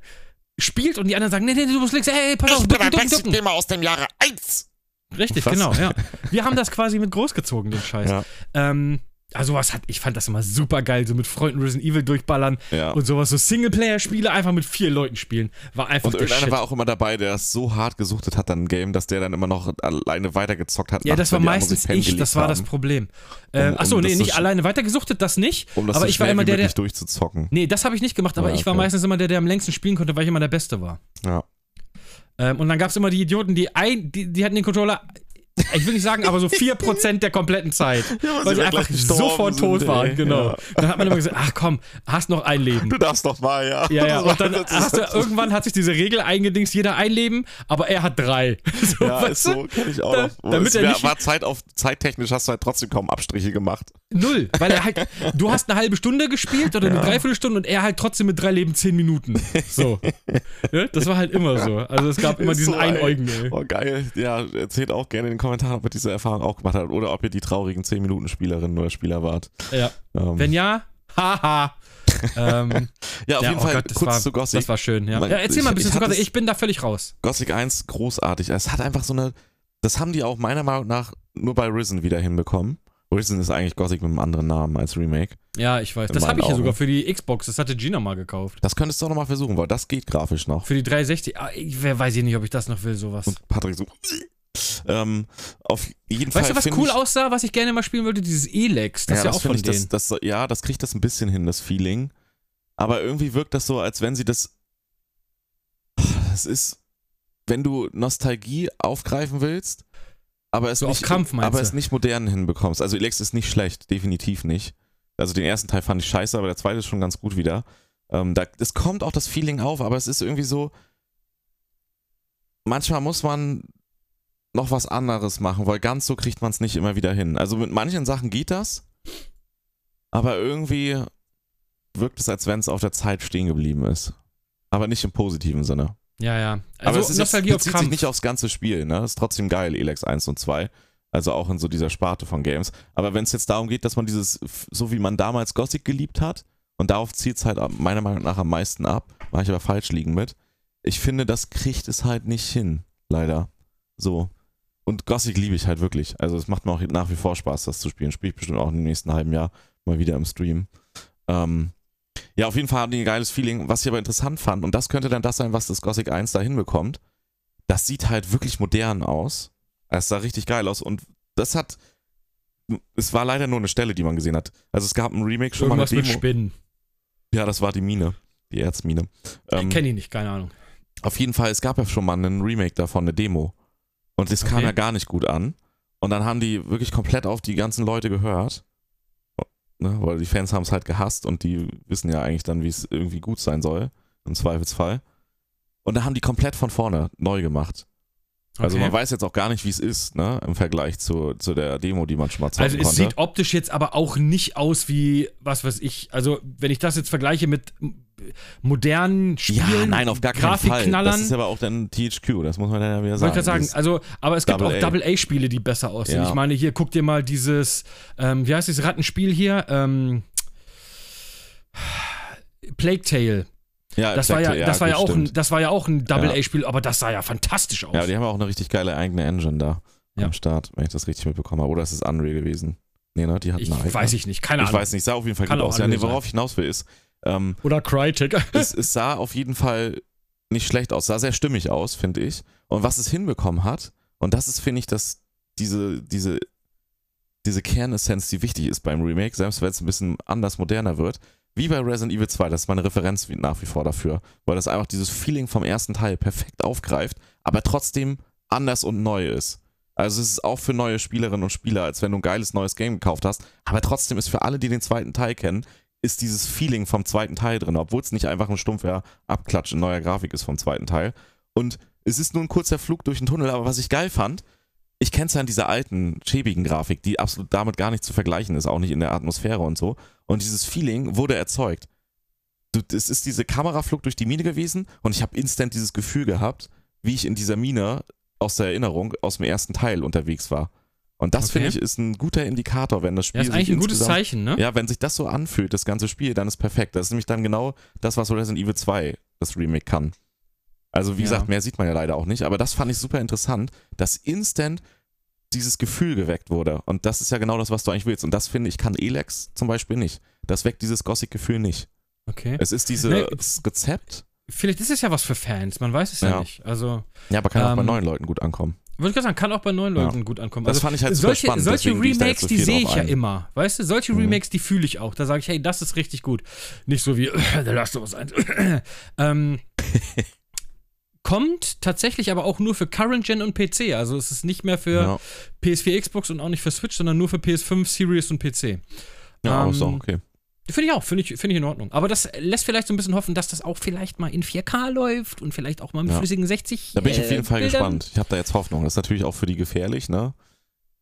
spielt und die anderen sagen, nee, nee, du musst links, ey, ey, pass auf, ducken, ducken, ducken. aus dem Jahre 1. Richtig, Was? genau, ja. Wir haben das quasi mit großgezogen, den Scheiß. Ja. Ähm, also was hat, ich fand das immer super geil, so mit Freunden Resident Evil durchballern Ja. und sowas, so Singleplayer-Spiele einfach mit vier Leuten spielen. War Und einfach der oh, Shit. irgendeiner war auch immer dabei, der es so hart gesuchtet hat an ein Game, dass der dann immer noch alleine weitergezockt hat. ja, nachts, das war wenn die anderen meistens sich pennen ich, das gelegt war das haben, Problem. Ähm, Um- achso, um nee, das nicht so sch- alleine weitergesuchtet, das nicht. Um das aber so ich war schnell immer wie der, der. möglich durchzuzocken. Nee, das habe ich nicht gemacht, aber Ja, ich war okay. meistens immer der, der am längsten spielen konnte, weil ich immer der Beste war. Ja. Ähm, und dann gab es immer die Idioten, die ein, die, die hatten den Controller, ich will nicht sagen, aber so 4% der kompletten Zeit. weil sie sie wär einfach gleich gestorben sofort sind, tot ey. waren, genau. Ja. Dann hat man immer gesagt, ach komm, hast noch ein Leben. Du darfst doch mal, ja. Ja, ja, Das war- und dann das ist- hast du, irgendwann hat sich diese Regel eingedingst, jeder ein Leben, aber er hat drei. So, Ja, ist weißt du? so, kenn ich auch Da- noch. damit es er wär- nicht- war Zeit auf, zeittechnisch hast du halt trotzdem kaum Abstriche gemacht. Null, weil er halt, du hast eine halbe Stunde gespielt oder eine Dreiviertelstunde und er halt trotzdem mit drei Leben zehn Minuten. So. Ne? Das war halt immer so. Also es gab immer Ist diesen so, ey. Einäugen, ey. Oh, geil. Ja, erzählt auch gerne in den Zeit haben, mit dieser Erfahrung auch gemacht habt oder ob ihr die traurigen 10-Minuten-Spielerinnen oder Spieler wart. Ja. Ähm, Wenn ja, haha. ähm, ja, auf ja, jeden oh Fall Gott, das kurz war- zu Gothic. das war schön, ja. Man- ja erzähl mal ein ich- bisschen ich zu hab Gothic. das- Ich bin da völlig raus. Gothic 1 großartig. Es hat einfach so eine. Das haben die auch meiner Meinung nach nur bei Risen wieder hinbekommen. Risen ist eigentlich Gothic mit einem anderen Namen als Remake. Ja, ich weiß. In Das meinen habe ich ja Augen. sogar für die Xbox. Das hatte Gina mal gekauft. Das könntest du auch nochmal versuchen, weil das geht grafisch noch. Für die 360. Ah, ich wer weiß ich nicht, ob ich das noch will, sowas. Und Patrick so. Ähm, auf jeden weißt Fall. du, was find cool ich, aussah, was ich gerne mal spielen würde? Dieses Elex. Das ist ja, auch find von ich, denen. Das, das, ja, das kriegt das ein bisschen hin, das Feeling. Aber irgendwie wirkt das so, als wenn sie das. Es ist, wenn du Nostalgie aufgreifen willst, aber es, So auf nicht, Krampf meinst aber du? es nicht modern hinbekommst. Also Elex ist nicht schlecht, definitiv nicht. Also den ersten Teil fand ich scheiße, aber der zweite ist schon ganz gut wieder. Ähm, da, es kommt auch das Feeling auf, aber es ist irgendwie so. Manchmal muss man noch was anderes machen, weil ganz so kriegt man es nicht immer wieder hin. Also mit manchen Sachen geht das, aber irgendwie wirkt es, als wenn es auf der Zeit stehen geblieben ist. Aber nicht im positiven Sinne. ja, ja. aber Also es ist Nostalgie jetzt, auf bezieht Krampf. sich nicht aufs ganze Spiel, ne? Ist trotzdem geil, Elex 1 und 2. Also auch in so dieser Sparte von Games. Aber wenn es jetzt darum geht, dass man dieses, f- so wie man damals Gothic geliebt hat, und darauf zieht es halt am- meiner Meinung nach am meisten ab, war ich aber falsch liegen mit. Ich finde, das kriegt es halt nicht hin, leider. So. Und Gothic liebe ich halt wirklich. Also es macht mir auch nach wie vor Spaß, das zu spielen. Spiele ich bestimmt auch im nächsten halben Jahr mal wieder im Stream. Ähm, ja, auf jeden Fall haben die ein geiles Feeling. Was ich aber interessant fand, und das könnte dann das sein, was das Gothic 1 da hinbekommt, das sieht halt wirklich modern aus. Es sah richtig geil aus und das hat. Es war leider nur eine Stelle, die man gesehen hat. Also es gab ein Remake schon Irgendwas mal mit eine Demo. Spinnen. ja, das war die Mine. Die Erzmine. Ähm, Kenn ich nicht, keine Ahnung. auf jeden Fall, es gab ja schon mal einen Remake davon, eine Demo. Und das kam Okay. ja gar nicht gut an. Und dann haben die wirklich komplett auf die ganzen Leute gehört. Ne? Weil die Fans haben es halt gehasst und die wissen ja eigentlich dann, wie es irgendwie gut sein soll. Im Zweifelsfall. Und da haben die komplett von vorne neu gemacht. Also Okay. man weiß jetzt auch gar nicht, wie es ist, ne? Im Vergleich zu, zu der Demo, die man schon mal zocken Also es konnte. sieht optisch jetzt aber auch nicht aus wie, was weiß ich, also wenn ich das jetzt vergleiche mit m- modernen Spielen, ja, nein, auf gar keinen Fall. Grafikknallern, Das ist aber auch dann THQ, das muss man dann ja wieder wollte sagen. ich gerade sagen, Dieses- also, aber es gibt Double auch A. Double-A-Spiele, die besser aussehen. Ja. Ich meine, hier, guck dir mal dieses, ähm, wie heißt dieses Rattenspiel hier? Ähm, Plague Tale. ja, Das war ja, exakt, das war gut, ja auch ein, stimmt. das war ja auch ein Double-A-Spiel, aber das sah ja fantastisch aus. Ja, die haben auch eine richtig geile eigene Engine da Ja. am Start, wenn ich das richtig mitbekommen habe. Oder ist es Unreal gewesen? Nee, ne? Die hatten ich eine eigene. weiß ich nicht, keine Ich Ahnung. weiß nicht, sah auf jeden Fall Kann gut auch aus. Ja, Unreal nee, worauf ich hinaus will, ist, ähm, Oder Crytek. es, es sah auf jeden Fall nicht schlecht aus, sah sehr stimmig aus, finde ich. Und was es hinbekommen hat, und das ist, finde ich, dass diese, diese, diese Kernessenz, die wichtig ist beim Remake, selbst wenn es ein bisschen anders, moderner wird, wie bei Resident Evil 2, das ist meine Referenz wie- nach wie vor dafür, weil das einfach dieses Feeling vom ersten Teil perfekt aufgreift, aber trotzdem anders und neu ist. Also es ist auch für neue Spielerinnen und Spieler, als wenn du ein geiles neues Game gekauft hast, aber trotzdem ist für alle, die den zweiten Teil kennen, ist dieses Feeling vom zweiten Teil drin, obwohl es nicht einfach ein stumpfer Abklatsch in neuer Grafik ist vom zweiten Teil. Und es ist nur ein kurzer Flug durch den Tunnel, aber was ich geil fand, ich kenn's ja an dieser alten, schäbigen Grafik, die absolut damit gar nicht zu vergleichen ist, auch nicht in der Atmosphäre und so. Und dieses Feeling wurde erzeugt. Du- Es ist diese Kameraflug durch die Mine gewesen und ich habe instant dieses Gefühl gehabt, wie ich in dieser Mine aus der Erinnerung, aus dem ersten Teil unterwegs war. Und das Okay. finde ich ist ein guter Indikator, wenn das Spiel Das ist sich eigentlich ein gutes insgesamt- Zeichen, ne? ja, wenn sich das so anfühlt, das ganze Spiel, dann ist perfekt. Das ist nämlich dann genau das, was Resident Evil 2 das Remake kann. Also, wie Ja. gesagt, mehr sieht man ja leider auch nicht, aber das fand ich super interessant, dass instant dieses Gefühl geweckt wurde. Und das ist ja genau das, was du eigentlich willst. Und das finde ich, kann Elex zum Beispiel nicht. Das weckt dieses Gothic-Gefühl nicht. Okay. Es ist dieses Nee. Rezept, Vielleicht ist es ja was für Fans, man weiß es ja, Ja. nicht. Also, ja, aber kann auch bei Ähm, neuen Leuten gut ankommen. würde ich gerade sagen, kann auch bei neuen Ja. Leuten gut ankommen. Das Also, fand ich halt super solche spannend. solche deswegen gehe ich da jetzt Remakes, so die viel sehe drauf ich ja ein. immer. Weißt du, solche Mhm. Remakes, die fühle ich auch. Da sage ich, hey, das ist richtig gut. Nicht so wie The Last of Us 1. ähm, kommt tatsächlich aber auch nur für Current Gen und PC. Also es ist nicht mehr für Ja, PS4, Xbox und auch nicht für Switch, sondern nur für PS5, Series und PC. ja aber ist auch Ähm, okay. Finde ich auch, finde ich, finde ich in Ordnung. Aber das lässt vielleicht so ein bisschen hoffen, dass das auch vielleicht mal in 4K läuft und vielleicht auch mal mit Ja. flüssigen 60. Da bin ich auf äh, jeden Fall Bildern. gespannt. Ich habe da jetzt Hoffnung. Das ist natürlich auch für die gefährlich, ne?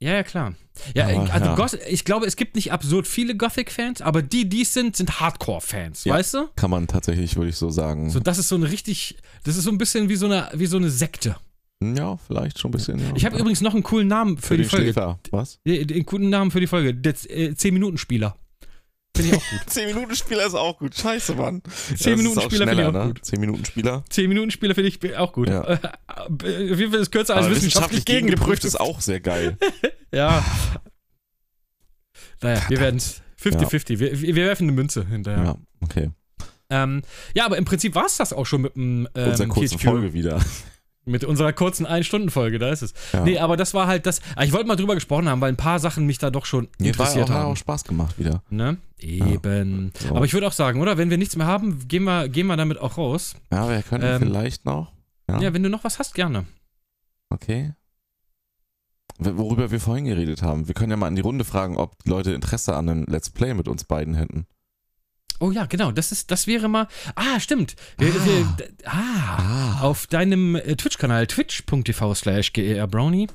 Ja, ja, klar. Ja, Aber, also ja. Goth ich glaube, es gibt nicht absurd viele Gothic-Fans, aber die, die es sind, sind Hardcore-Fans, Ja. Mhm. weißt du? Kann man tatsächlich, würde ich so sagen. So, das ist so ein richtig, das ist so ein bisschen wie so eine, wie so eine Sekte. Ja, vielleicht schon ein bisschen. Ja. Ich habe übrigens noch einen coolen Namen für, Für die den Folge. Schläfer. Was? Den, den guten Namen für die Folge. Der Z- äh, 10-Minuten-Spieler. Finde ich auch gut. 10-Minuten-Spieler ist auch gut. Scheiße, Mann. 10-Minuten-Spieler finde ich ne? auch gut. 10-Minuten-Spieler. 10-Minuten-Spieler finde ich auch gut. Ja. Äh, Auf jeden Fall ist kürzer als Aber wissenschaftlich gegengeprüft. ist auch sehr geil. Ja. Naja, wir werden es. 50-50. Wir, wir werfen eine Münze Ja, hinterher. okay. Ja, ähm, ja aber im Prinzip war es das auch schon mit dem ähm, Unsere kurze THQ. Folge wieder. Mit unserer kurzen 1-Stunden-Folge, da ist es. Ja. Nee, aber das war halt das. Ah, Ich wollte mal drüber gesprochen haben, weil ein paar Sachen mich da doch schon Mir war interessiert auch, hat haben. auch Spaß gemacht wieder. Ne? Eben. So. Aber ich würde auch sagen, oder? Wenn wir nichts mehr haben, gehen wir, gehen wir damit auch raus. Ja, wir können Ähm, vielleicht noch. Ja. Ja. wenn du noch was hast, gerne. Okay. W- Worüber wir vorhin geredet haben. Wir können ja mal in die Runde fragen, ob die Leute Interesse an einem Let's Play mit uns beiden hätten. Oh ja, genau. Das ist, das wäre mal. Ah, stimmt. Wir, Ah. Wir, d- ah. Ah. Auf deinem äh, Twitch-Kanal twitch.tv slash gerbrownie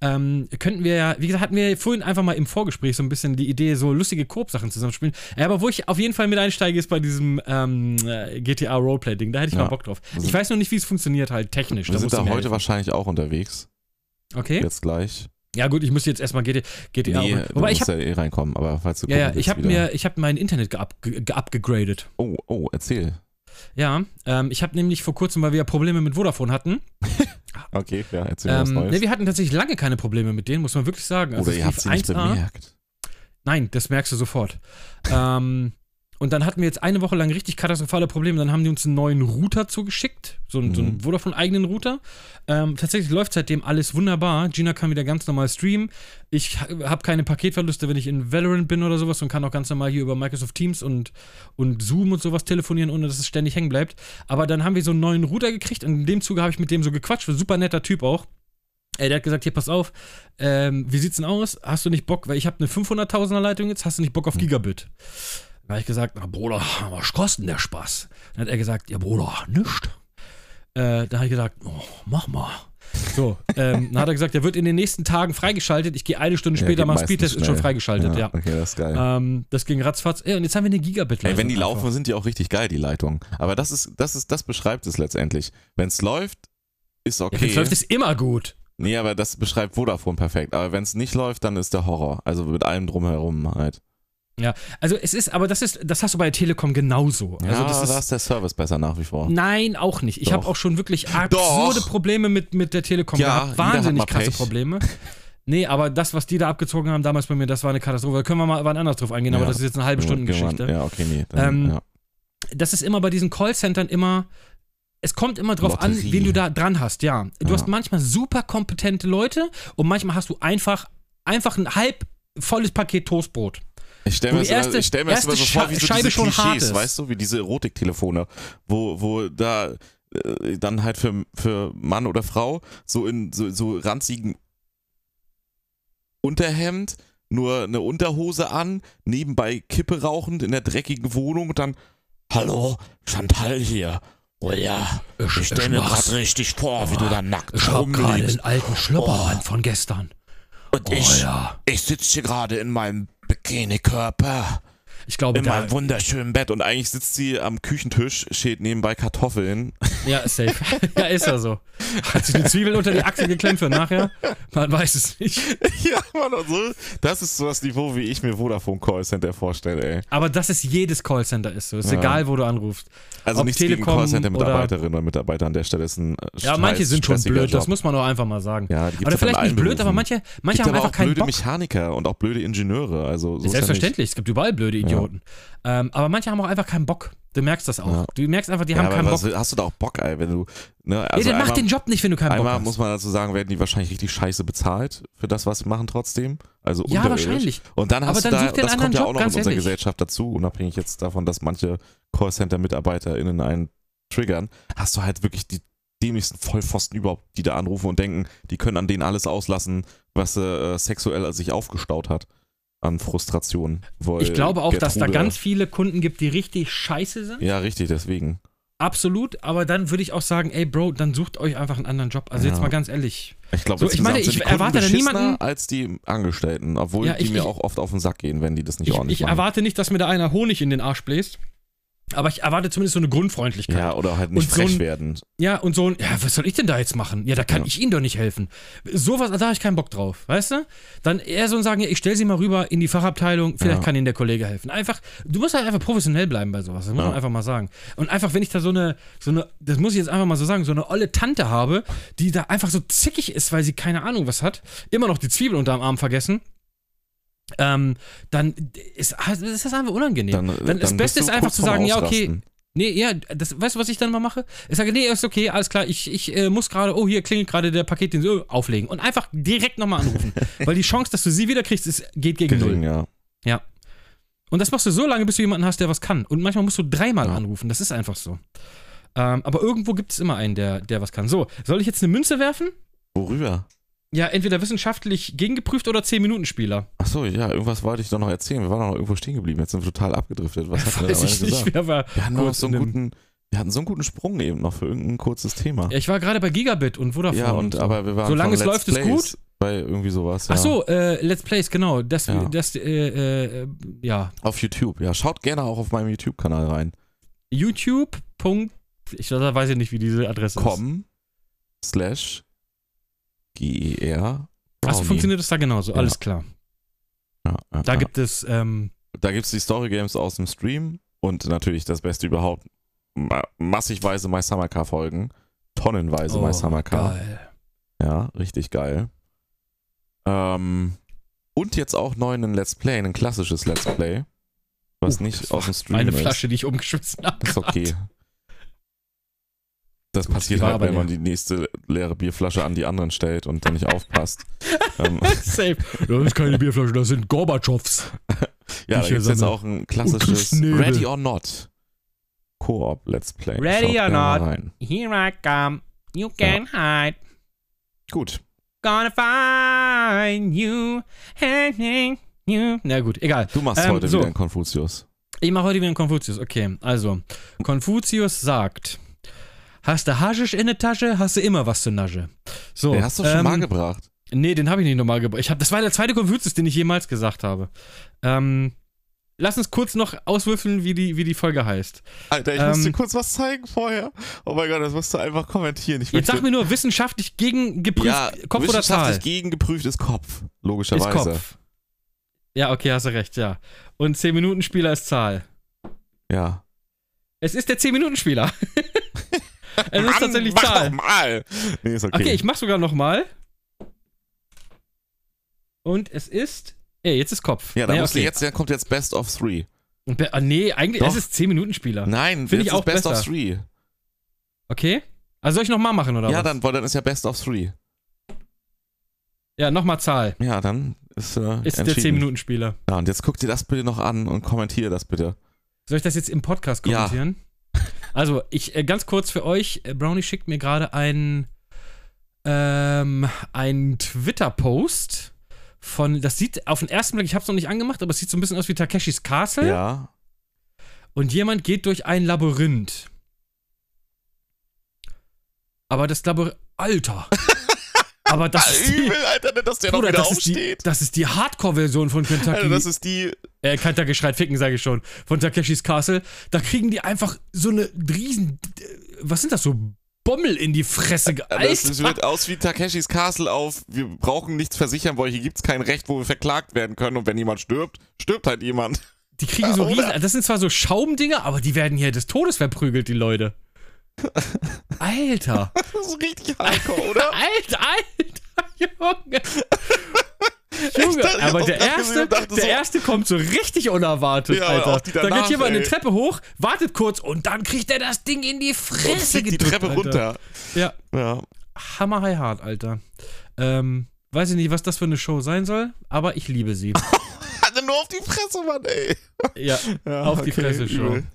ähm, könnten wir ja, wie gesagt, hatten wir vorhin einfach mal im Vorgespräch so ein bisschen die Idee, so lustige Koop-Sachen zusammenspielen. Ja, aber wo ich auf jeden Fall mit einsteige, ist bei diesem ähm, äh, GTA Roleplay-Ding. Da hätte ich Ja. mal Bock drauf. Wir Ich sind- weiß noch nicht, wie es funktioniert, halt technisch. Wir sind musst du da mir heute helfen. wahrscheinlich auch unterwegs. Okay. Jetzt gleich. Ja, gut, ich muss jetzt erstmal GTA. GTA nee, Roleplay- du um- Wobei ich musst ja eh reinkommen, aber falls du Ja, ja, gucken ich willst habe wieder. mir, ich habe mein Internet geab- ge- geupgegradet. Oh, oh, erzähl. Ja, ähm, ich habe nämlich vor kurzem, weil wir ja Probleme mit Vodafone hatten. Okay, ja, erzähl was Ähm, Neues. ne, wir hatten tatsächlich lange keine Probleme mit denen, muss man wirklich sagen. Oder Also es ihr lief habt sie nicht 1A. bemerkt. Nein, das merkst du sofort. ähm, und dann hatten wir jetzt eine Woche lang richtig katastrophale Probleme. Dann haben die uns einen neuen Router zugeschickt. So, einen- so einen Mhm. Vodafone-eigenen Router. Ähm, tatsächlich läuft seitdem alles wunderbar. Gina kann wieder ganz normal streamen. Ich habe keine Paketverluste, wenn ich in Valorant bin oder sowas und kann auch ganz normal hier über Microsoft Teams und, und Zoom und sowas telefonieren, ohne dass es ständig hängen bleibt. Aber dann haben wir so einen neuen Router gekriegt und in dem Zuge habe ich mit dem so gequatscht. War ein Super netter Typ auch. Äh, der hat gesagt, hier, pass auf, ähm, wie sieht's denn aus? Hast du nicht Bock, weil ich habe eine 500.000er Leitung jetzt, hast du nicht Bock Hm. auf Gigabit? Da habe ich gesagt, na Bruder, was kostet denn der Spaß? Dann hat er gesagt, ja Bruder, nischt. Äh, da habe ich gesagt, oh, mach mal. So, ähm, dann hat er gesagt, der wird in den nächsten Tagen freigeschaltet. Ich gehe eine Stunde Ja, später, geht mal meistens Speedtest, ist schon schnell. freigeschaltet, ja. Okay, das ist geil. Ähm, das ging ratzfatz. Ey, und jetzt haben wir eine Gigabit-Leitung. Ey, wenn die einfach. laufen, sind die auch richtig geil, die Leitungen. Aber das ist, das ist, das beschreibt es letztendlich. Wenn es läuft, ist Ja, okay. jetzt läuft es immer gut. nee, aber das beschreibt Vodafone perfekt. Aber wenn es nicht läuft, dann ist der Horror. Also mit allem drumherum halt. Also es ist, aber das ist, das hast du bei der Telekom genauso. Ja, also also da ist der Service besser nach wie vor. Nein, auch nicht. Ich habe Doch. auch schon wirklich absurde Doch. Probleme mit, mit der Telekom Ja, gehabt. jeder hat Wahnsinnig mal krasse Pech. Probleme. Nee, aber das, was die da abgezogen haben damals bei mir, das war eine Katastrophe. Da können wir mal wann anders drauf eingehen, aber Ja. das ist jetzt eine halbe Stunden Geschichte. Ja, okay, nee. Ähm, ja. Das ist immer bei diesen Callcentern immer. Es kommt immer drauf an, Lotterie. wen du da dran hast, ja. Du Ja. hast manchmal super kompetente Leute und manchmal hast du einfach, einfach ein halb volles Paket Toastbrot. Ich stelle wo mir die das immer, erste- ich stell mir das immer erste so vor, wie Scha- so Scheibe diese schon hart Klischees, ist. weißt du, wie diese Erotiktelefone, wo, wo da äh, dann halt für, für Mann oder Frau so in so, so ranzigen Unterhemd, nur eine Unterhose an, nebenbei Kippe rauchend in der dreckigen Wohnung und dann Hallo, Chantal hier. Oh ja, Ich, ich stelle mir gerade richtig vor, wie du da nackt Äh, Ich habe gerade rumliegst. den alten Schlüpper an von gestern. Und Oh ich, ja. ich sitze hier gerade in meinem Bikini-Körper. Ich glaube, In da, meinem wunderschönen Bett und eigentlich sitzt sie am Küchentisch, schält nebenbei Kartoffeln. Ja, safe. ja, ist ja so. Hat sich eine Zwiebel unter die Achse geklemmt für nachher? Man weiß es nicht. ja, Mann, und so. Das ist so das Niveau, wie ich mir Vodafone Callcenter vorstelle, ey. Aber dass es jedes Callcenter ist so. Ist Ja. egal, wo du anrufst. Also Ob nichts Telekom gegen oder- Callcenter-Mitarbeiterinnen oder Mitarbeiter an der Stelle ist ein Ja, manche sind schon blöd, das muss man doch einfach mal sagen. Ja, die gibt's ja Oder von vielleicht nicht allen blöd, Berufen. aber manche, manche Gibt haben aber einfach auch blöde keinen Bock. Mechaniker und auch blöde Ingenieure. Also so ist ja nicht. Selbstverständlich, es gibt überall blöde Idioten. Ähm, aber manche haben auch einfach keinen Bock. Du merkst das auch. Ja. Du merkst einfach, die Ja, haben aber keinen was, Bock. hast du da auch Bock, ey, wenn du. Ne, also nee, dann einmal, mach den Job nicht, wenn du keinen Bock einmal hast. muss man dazu sagen, werden die wahrscheinlich richtig scheiße bezahlt für das, was sie machen trotzdem. Also ja, unterirdisch. wahrscheinlich. Und dann Aber hast dann du da, such dir einen das kommt anderen ja Job, auch noch in ganz unserer ehrlich. Gesellschaft dazu, unabhängig jetzt davon, dass manche Callcenter-MitarbeiterInnen einen triggern, hast du halt wirklich die dämlichsten Vollpfosten überhaupt, die da anrufen und denken, die können an denen alles auslassen, was äh, sexuell sich aufgestaut hat an Frustration. Weil Ich glaube auch, dass da Gertrude- ganz viele Kunden gibt, die richtig scheiße sind. Ja, richtig, deswegen. Absolut, aber dann würde ich auch sagen, ey Bro, dann sucht euch einfach einen anderen Job. Also jetzt Ja. mal ganz ehrlich. Ich glaube, So, ich meine, insgesamt sind ich die Kunden erwarte da beschissener niemanden- als die Angestellten, obwohl Ja, ich- die mir ich- auch oft auf den Sack gehen, wenn die das nicht Ich, ordentlich ich machen. erwarte nicht, dass mir da einer Honig in den Arsch bläst. Aber ich erwarte zumindest so eine Grundfreundlichkeit. Ja, oder halt nicht Und so frech ein- werden. Ja, und so ein, ja, was soll ich denn da jetzt machen? Ja, da kann Ja. ich Ihnen doch nicht helfen. Sowas, da habe ich keinen Bock drauf, weißt du? Dann eher so ein Sagen, ja, ich stelle Sie mal rüber in die Fachabteilung, vielleicht Ja. kann Ihnen der Kollege helfen. Einfach, du musst halt einfach professionell bleiben bei sowas, das muss Ja. man einfach mal sagen. Und einfach, wenn ich da so eine, so eine, das muss ich jetzt einfach mal so sagen, so eine olle Tante habe, die da einfach so zickig ist, weil sie keine Ahnung was hat, immer noch die Zwiebel unterm Arm vergessen, ähm, dann ist, ist das einfach unangenehm. Dann, Dann das dann bist Beste du ist kurz einfach zu vorm sagen, ja, okay. Ausrasten. Nee, ja, das, weißt du, was ich dann mal mache? Ich sage, nee, ist okay, alles klar, ich, ich äh, muss gerade, oh, hier klingelt gerade der Paketdienst, oh, auflegen. Und einfach direkt nochmal anrufen. weil die Chance, dass du sie wiederkriegst, ist, geht gegen Gering, null. ja. Und das machst du so lange, bis du jemanden hast, der was kann. Und manchmal musst du dreimal Ja. anrufen, das ist einfach so. Ähm, aber irgendwo gibt es immer einen, der, der was kann. So, soll ich jetzt eine Münze werfen? Worüber? Ja, entweder wissenschaftlich gegengeprüft oder 10-Minuten-Spieler. Achso, ja, irgendwas wollte ich doch noch erzählen. Wir waren doch noch irgendwo stehen geblieben. Jetzt sind wir total abgedriftet. Was hat denn Weiß ich nicht, wer war. Wir hatten, noch Kurz so einen in dem- guten, wir hatten so einen guten Sprung eben noch für irgendein kurzes Thema. Ja, ich war gerade bei Gigabit und Vodafone. Ja, und so. aber wir waren Solange von es läuft, ist Plays Bei irgendwie sowas. Ja. Ach so, äh, Let's Plays, genau. Das, Ja. das, äh, äh, ja. Auf YouTube. Ja, schaut gerne auch auf meinem YouTube-Kanal rein. YouTube. Ich da weiß ja nicht, wie diese Adresse ist. Com slash GER. Also Brownie. funktioniert das da genauso, Ja. alles klar. Ja, ja, Da ja. gibt es, ähm, Da gibt's die Story Games aus dem Stream und natürlich das Beste überhaupt. Ma massigweise My Summer Car Folgen. Tonnenweise My Summer Car. oh, geil. Ja, richtig geil. Ähm, und jetzt auch neu einen Let's Play, ein klassisches Let's Play. Was Oh, nicht das aus dem Stream Meine ist. Flasche, die ich umgeschmissen habe. Ist okay. Das Gut, passiert die war halt, aber wenn man die nächste leere Bierflasche an die anderen stellt und dann nicht aufpasst. ähm, Safe. Das ist keine Bierflasche, das sind Gorbatschows. ja, da Ich hier gibt's jetzt sammle. auch ein klassisches Schnäbel. Ready or Not Koop Let's Play. Ready Schaut or gerne mal not. Rein. Here I come. You can hide. Gut. Gonna find you. Hanging you. Na gut, egal. Du machst Ähm, heute so. wieder einen Konfuzius. Ich mache heute wieder einen Konfuzius. Okay, also. Konfuzius sagt: Hast du Haschisch in der Tasche, hast du immer was zu Nasche. So. Den hast du schon ähm, mal gebracht. Nee, den habe ich nicht nochmal gebracht. Ich hab, das war der zweite Konfuzius, den ich jemals gesagt habe. Ähm, lass uns kurz noch auswürfeln, wie die, wie die Folge heißt. Alter, ich ähm, muss dir kurz was zeigen vorher. Oh mein Gott, das musst du einfach kommentieren. Ich Jetzt möchte- sag mir nur, wissenschaftlich gegen geprüft, Kopf oder Zahl? wissenschaftlich gegengeprüft ist Kopf, Ist logischerweise. Kopf. Ja, okay, hast du recht, ja. Und 10-Minuten-Spieler ist Zahl. Ja. Es ist der 10-Minuten-Spieler. es ist Mann, tatsächlich mach Zahl. Doch mal. Nee, ist okay. Okay, ich mach sogar nochmal. Und es ist. Ey, jetzt ist Kopf. ja, da Nee, musst okay. du jetzt, dann kommt jetzt Best of Three. Und be- Ah, nee, eigentlich, Doch. es ist 10-Minuten-Spieler. Nein, Find jetzt ich ist auch Best of besser. Three. Okay? Also soll ich nochmal machen, oder Ja, was? dann, weil dann ist ja Best of Three. Ja, nochmal Zahl. Ja, dann ist, äh, Ist der entschieden. 10-Minuten-Spieler. Ja, und jetzt guck dir das bitte noch an und kommentiere das bitte. Soll ich das jetzt im Podcast Ja. kommentieren? Also, ich, äh, ganz kurz für euch, äh, Brownie schickt mir gerade einen, ähm, einen Twitter-Post von, das sieht auf den ersten Blick, ich hab's noch nicht angemacht, aber es sieht so ein bisschen aus wie Takeshis Castle. Ja. Und jemand geht durch ein Labyrinth. Aber das Labyrinth, Alter! aber das ist die, Übel, Alter, nicht, dass der noch Bruder, wieder das ist die, aufsteht. das ist die Hardcore-Version von Kentucky. Alter, das ist die. Äh, Kanta geschreit ficken, sage ich schon. Von Takeshis Castle. Da kriegen die einfach so eine riesen. äh, Was sind das so? Bommel in die Fresse Äh, Das geeist. das sieht aus wie Takeshis Castle auf. Wir brauchen nichts versichern, weil hier gibt's kein Recht, wo wir verklagt werden können. Und wenn jemand stirbt, stirbt halt jemand. Die kriegen so Oder? riesen. Das sind zwar so Schaumdinger, aber die werden hier des Todes verprügelt, die Leute. Alter. Das ist richtig hardcore, oder? Alter, Alter, Junge. Junge, dachte, ich aber hab der das gesehen erste, und dachte der so- erste kommt so richtig unerwartet, Ja, aber Alter. auch die da danach, geht jemand eine ey. Treppe hoch, wartet kurz und dann kriegt er das Ding in die Und Fresse fliegt die gedrückt, Treppe Alter. runter. Ja. Ja. Hammer High Hard, Alter. Ähm, weiß ich nicht, was das für eine Show sein soll, aber ich liebe sie. Also nur auf die Fresse, Mann, ey. ja, Ja, auf die okay, Fresse Show. übel.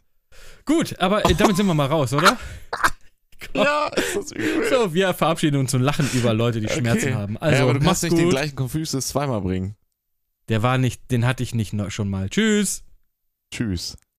Gut, aber äh, damit sind wir mal raus, oder? Ja, ist das übel. So, wir verabschieden uns und lachen über Leute, die Schmerzen haben. Also, ja, aber du mach's kannst nicht den gut. gleichen Confucius zweimal bringen. Der war nicht, den hatte ich nicht noch, schon mal. Tschüss. Tschüss.